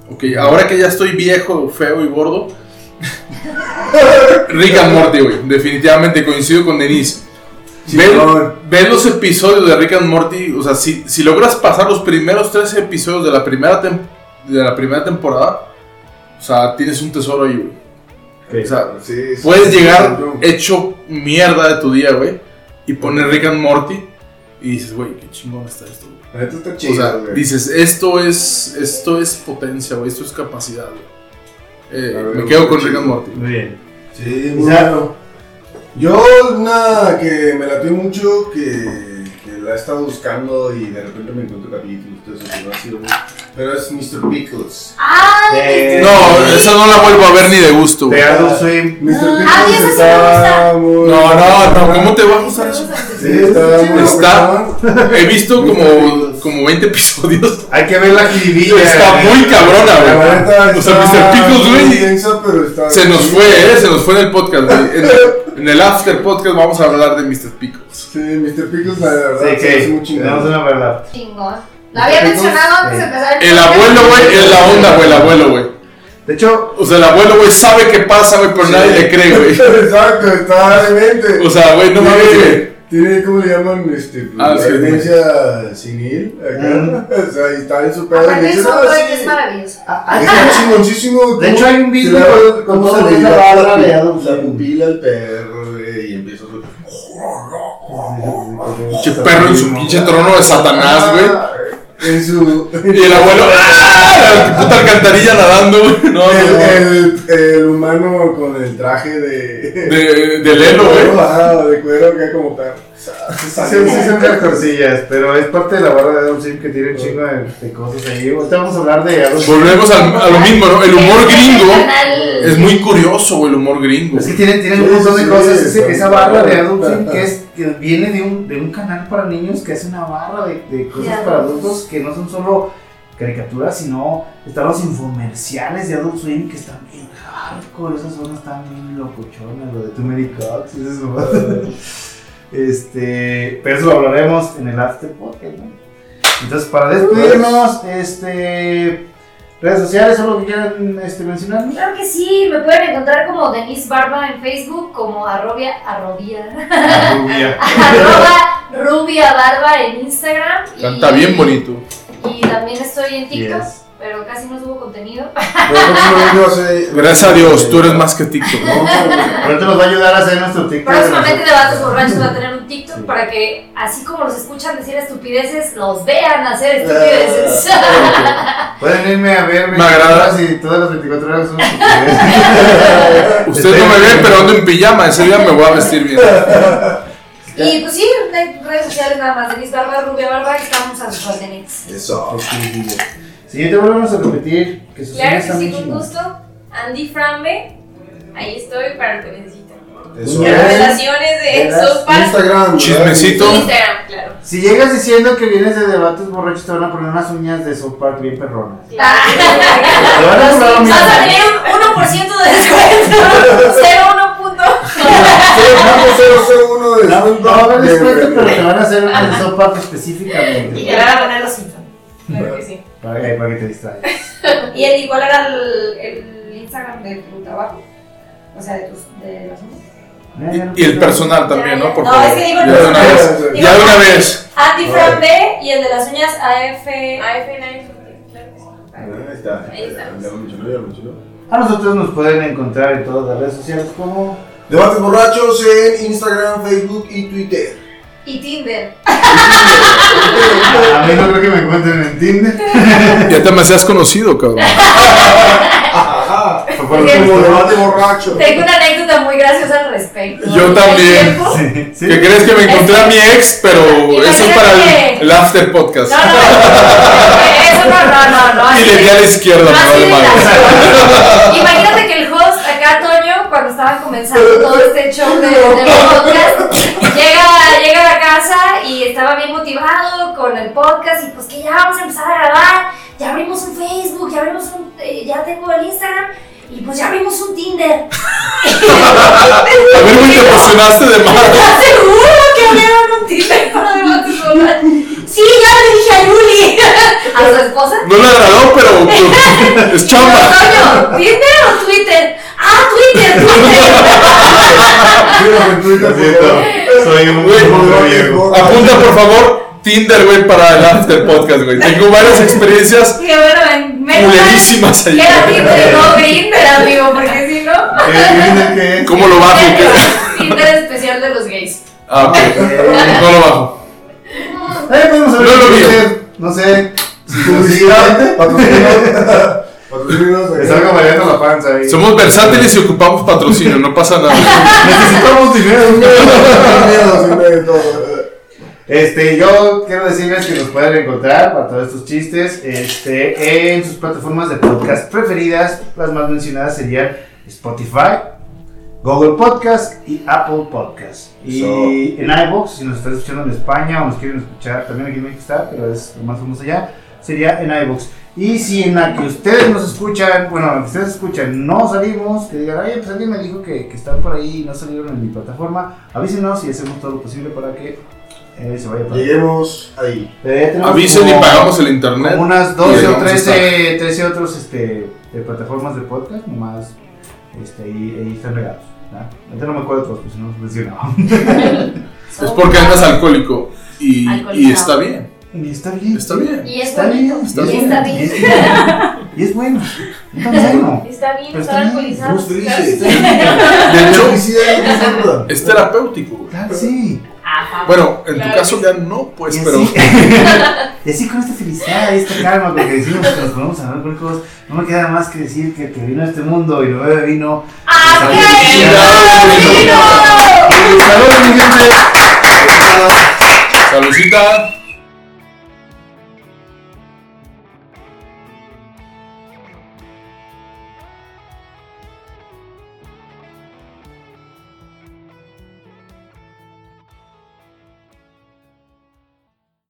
S4: güey. Ok, ahora que ya estoy viejo, feo y gordo. Rick and Morty, güey, definitivamente coincido con Denise. Ve,
S3: Chingón.
S4: ve los episodios de Rick and Morty, o sea, si, si logras pasar los primeros tres episodios de la primera, tem- de la primera temporada, o sea, tienes un tesoro ahí, güey. O sea,
S3: Sí, sí,
S4: puedes
S3: sí,
S4: llegar
S3: sí, sí.
S4: hecho mierda de tu día, güey, y poner Rick and Morty y dices, güey, qué chingón está esto. güey.
S3: La neta está
S4: o sea,
S3: chido, güey.
S4: dices, esto es, esto es potencia, güey, esto es capacidad, güey. Eh,
S3: A ver,
S4: me quedo
S3: güey,
S4: con
S3: chido.
S4: Rick and Morty.
S2: Muy bien.
S3: Sí,
S2: O
S3: muy
S2: sea-
S3: bueno. Yo una que me latió mucho, que, que la he estado buscando y de repente me encuentro capítulos, todo eso que no ha sido muy- Pero es Mr. Pickles.
S5: Ay,
S2: Eh,
S4: No, esa no la vuelvo a ver ni de gusto, güey.
S2: De Adult Swim.
S3: Mr.
S5: Ah, y
S3: Pickles
S5: esa sí me
S3: está muy...
S4: No, no, no, ¿cómo te va a gustar eso?
S3: Sí, está muy...
S4: Está-
S3: cabrón.
S4: He visto como, como 20 episodios.
S2: Hay que ver la jiribilla.
S4: Está muy
S3: La
S4: cabrona, güey.
S3: neta
S4: O sea,
S3: está
S4: Mr. Pickles,
S3: muy
S4: güey.
S3: densa, pero está
S4: Se nos
S3: chida.
S4: fue, eh, se nos fue en el podcast. güey. En, en el after podcast vamos a hablar de Mr. Pickles.
S3: Sí, Mr. Pickles, la verdad,
S2: Sí,
S3: se me hace
S2: que
S3: muy
S2: tenemos
S3: chingón.
S2: una verdad.
S5: chingón. La había mencionado antes de empezar
S4: El abuelo, güey, es la onda, güey, el abuelo, güey.
S2: De hecho,
S4: O sea, el abuelo, güey, sabe qué pasa, güey, pero nadie le cree, güey.
S3: Exacto, está demente.
S4: O sea, güey, no mames, güey.
S3: Tiene- Tiene, ¿cómo le llaman? Este, pues,
S4: Ah,
S3: la
S4: sí, sí.
S3: demencia senil, acá. O sea, y está en su pedo. y
S5: Aparte, el
S3: dice, "No,
S5: software
S3: sí".
S5: es maravilloso.
S3: Está chingoncísimo.
S2: De hecho, hay un video
S3: con
S2: cómo
S3: cómo
S2: se ve
S3: le
S2: la
S3: dilata
S2: barra
S3: pu-
S2: de Adolf
S3: La
S2: Hitler.
S3: pupila al perro, güey, y empieza a su.
S4: Pinche perro en su pinche trono de Satanás, güey.
S3: Ah, En su.
S4: Y el abuelo, ¡ah! La puta alcantarilla nadando, güey. No, no, no.
S3: El, el, el humano con el traje de.
S4: De, de Lelo, güey.
S3: Ah, de cuero acá como perro.
S2: sí, sí, sí son recorcillas, pero es parte de la barra de Adult Swim que tiene un chingo de, de cosas ahí. Ahorita vamos a hablar de Adult Swim.
S4: Volvemos al- a lo mismo, ¿no? El humor gringo
S5: Canal-
S4: es muy curioso, güey, el humor gringo.
S2: Es que tiene, tiene
S3: Sí,
S2: un montón de
S3: sí,
S2: cosas.
S3: sí,
S2: ese-
S3: sí.
S2: esa barra de Adult Swim que, es, que viene de un, de un canal para niños que hace una barra de, de cosas
S5: Ya.
S2: para adultos que no son solo caricaturas, sino están los infomerciales de Adult Swim que están bien hardcore, esas zonas están bien locochonas, lo de Too Many Cooks, esas mamadas. Este, pero eso lo hablaremos en el after podcast, ¿no? Entonces, para despedirnos, este, redes sociales, solo que quieran este, mencionar.
S5: Claro que sí, me pueden encontrar como Denise Barba en Facebook, como arrobia, arrobia,
S2: La rubia.
S5: arroba rubia barba en Instagram. y-
S4: Canta bien bonito.
S5: Y también estoy en TikTok,
S2: Yes.
S5: pero casi no subo contenido.
S3: Pero el próximo año va a ser-
S4: Gracias a Dios, tú eres más que TikTok. ¿no?
S2: Ahorita nos va a ayudar a hacer nuestro TikTok.
S5: Próximamente Debates Borrachos va a tener un TikTok
S2: Sí.
S5: para que, así como los escuchan decir estupideces, los vean hacer estupideces.
S4: Ah.
S2: Pueden irme a ver
S4: Me agrada.
S2: si todas las 24 horas son
S4: Usted no me ve, pero ando en pijama. Ese día me voy a vestir bien.
S5: y pues sí, en redes sociales nada más, Denise Barba, Rubia Barba, y estamos a sus órdenes.
S3: Eso.
S2: Siguiente volvemos a repetir que sus
S6: Claro
S2: sueños
S6: que
S2: están
S6: sí,
S2: bien
S6: con
S2: chingones.
S6: gusto. Andy Frambe, ahí estoy para lo que necesitan.
S3: Eso.
S2: Ya.
S6: Relaciones de
S2: Verás,
S6: sopas.
S3: Instagram.
S4: Chismecito.
S3: ¿verdad?
S6: Instagram, claro.
S2: Si llegas diciendo que vienes de debates borrachos, te van a poner unas uñas de South Park bien perronas.
S5: Ah.
S2: Te van a cobrar un
S5: Vas a
S2: millón.
S5: tener un 1% de descuento. 0,1 punto.
S3: Cero, punto 001 de
S2: No, no
S3: descuento.
S2: va a haber
S3: De-
S2: descuento, pero te van a hacer el South Park específicamente.
S5: Y te van a poner los síntomas.
S6: Claro que sí.
S2: Para que, para que te distraigas.
S5: ¿Y el igual era el, el Instagram de tu trabajo? O sea, de tus. De los
S2: Ya, ya no
S4: Y el
S2: quiero.
S4: personal también, ¿no? Por
S5: No,
S4: favor.
S5: es que digo el
S4: Ya de una vez.
S5: personal.
S4: Ya de una vez.
S5: Andy Fran B y el de las uñas AF.
S6: AFN, claro que sí.
S3: Ahí está.
S6: Ahí estamos.
S3: Ya lo mencionó, ya lo mencionó.
S2: A nosotros nos pueden encontrar en todas las redes sociales como.
S3: Debates borrachos en Instagram, Facebook y Twitter.
S5: Y Tinder.
S2: A mí no creo que me encuentren en Tinder.
S4: Ya te me seas conocido, cabrón.
S3: Ajá.
S2: Por favor,
S3: Como
S2: por favor.
S3: debate borracho.
S5: Tengo una anécdota muy graciosa al respecto.
S4: Yo
S5: Del
S4: también.
S5: tiempo.
S2: Sí, sí.
S4: Que crees que me encontré a mi ex, pero eso es para el, el after podcast.
S5: No, no, no. Eso no, no, no. no
S4: Y
S5: así
S4: le di a la izquierda,
S5: no,
S4: me
S5: así
S4: vale
S5: de
S4: madre.
S5: las- Imagínate que el host acá, Toño, cuando estaba comenzando todo este show de, de los podcast, llega, llega a la casa y estaba bien motivado con el podcast y pues que ya vamos a empezar a grabar, ya abrimos un Facebook, ya abrimos un, eh, ya tengo el Instagram y pues ya abrimos un Tinder.
S4: A ver, güey, te emocionaste de madre.
S5: ¿Estás seguro que abrieron un Tinder para debates borrachos? Sí, ya le dije a Yuli, a su esposa.
S4: No le agradó, pero, pero es chamba.
S5: Toño, ¿Tinder o Twitter? Ah, Twitter, Twitter.
S2: Lo siento, Soy un
S4: Güey,
S2: poco viejo.
S4: Apunta, por favor, Tinder, güey, para el after podcast, güey. Tengo varias experiencias.
S5: Que bueno, en menos
S4: Culerísimas ahí.
S5: Que era Tinder y no Grindr, amigo, porque si no.
S2: Eh,
S4: ¿Cómo lo bajo?
S5: Tinder
S4: ¿Qué?
S5: es- Tinder especial de los gays.
S4: Ah, ok. No lo bajo.
S2: Eh, podemos hablar
S4: No lo
S2: de
S4: vi.
S2: Twitter, No sé.
S3: Publicidad. Patrocinios.
S2: Que
S3: Patrocinios.
S2: salga variando la panza ahí.
S4: Somos versátiles y ocupamos patrocinio, no pasa nada.
S2: Necesitamos dinero.
S3: Patrocinios.
S2: Este, yo quiero decirles que nos pueden encontrar para todos estos chistes este, en sus plataformas de podcast preferidas. Las más mencionadas serían Spotify, Google Podcast y Apple Podcast. Y
S3: Eso.
S2: en iVoox, si nos están escuchando en España o nos quieren escuchar, también aquí en México está, pero es lo más famoso allá, sería en iVoox. Y si en la que ustedes nos escuchan, bueno, la que ustedes escuchan, no salimos, que digan, oye, pues alguien me dijo que, que están por ahí y no salieron en mi plataforma, avísenos y hacemos todo lo posible para que eh, se vaya para
S3: Lleguemos ahí.
S2: Pero ya tenemos
S4: Avisen y
S2: como-
S4: pagamos el internet.
S2: Como unas
S4: Y
S2: 12
S4: ahí
S2: o
S4: vamos a
S2: 13, 13 otros este, de plataformas de podcast, nomás este, ahí, ahí están regados. ¿verdad? Ahorita no me acuerdo todos, pues si no los mencionaba.
S4: Es porque andas alcohólico. Y, y
S5: Alcoholizado.
S4: está bien.
S2: Y está bien.
S4: Está bien.
S5: Y es
S2: Está bien,
S5: bonito.
S2: está
S5: y
S2: bien.
S5: está bien.
S2: Y está bien. Y es bueno. Está bueno.
S6: Está bien,
S2: Pero
S6: estar
S2: está bien.
S6: alcoholizado.
S3: Pues felices.
S6: Claro que sí.
S4: De hecho, este
S3: Publicidad.
S4: es terapéutico. güey.
S2: Claro, sí.
S5: Ajá.
S4: Bueno, en tu
S6: Ah, Claro
S4: caso
S6: que
S4: ya no, pues,
S2: Y
S4: pero.
S2: así, y así con esta felicidad, esta calma, porque decimos que nos podemos hablar con cosas, no me queda más que decir que el que vino a este mundo y no bebe vino.
S5: ¡Ah,
S2: pues,
S5: qué
S2: sabe-
S5: lindo!
S2: Saludos, mi gente.
S4: Salucita.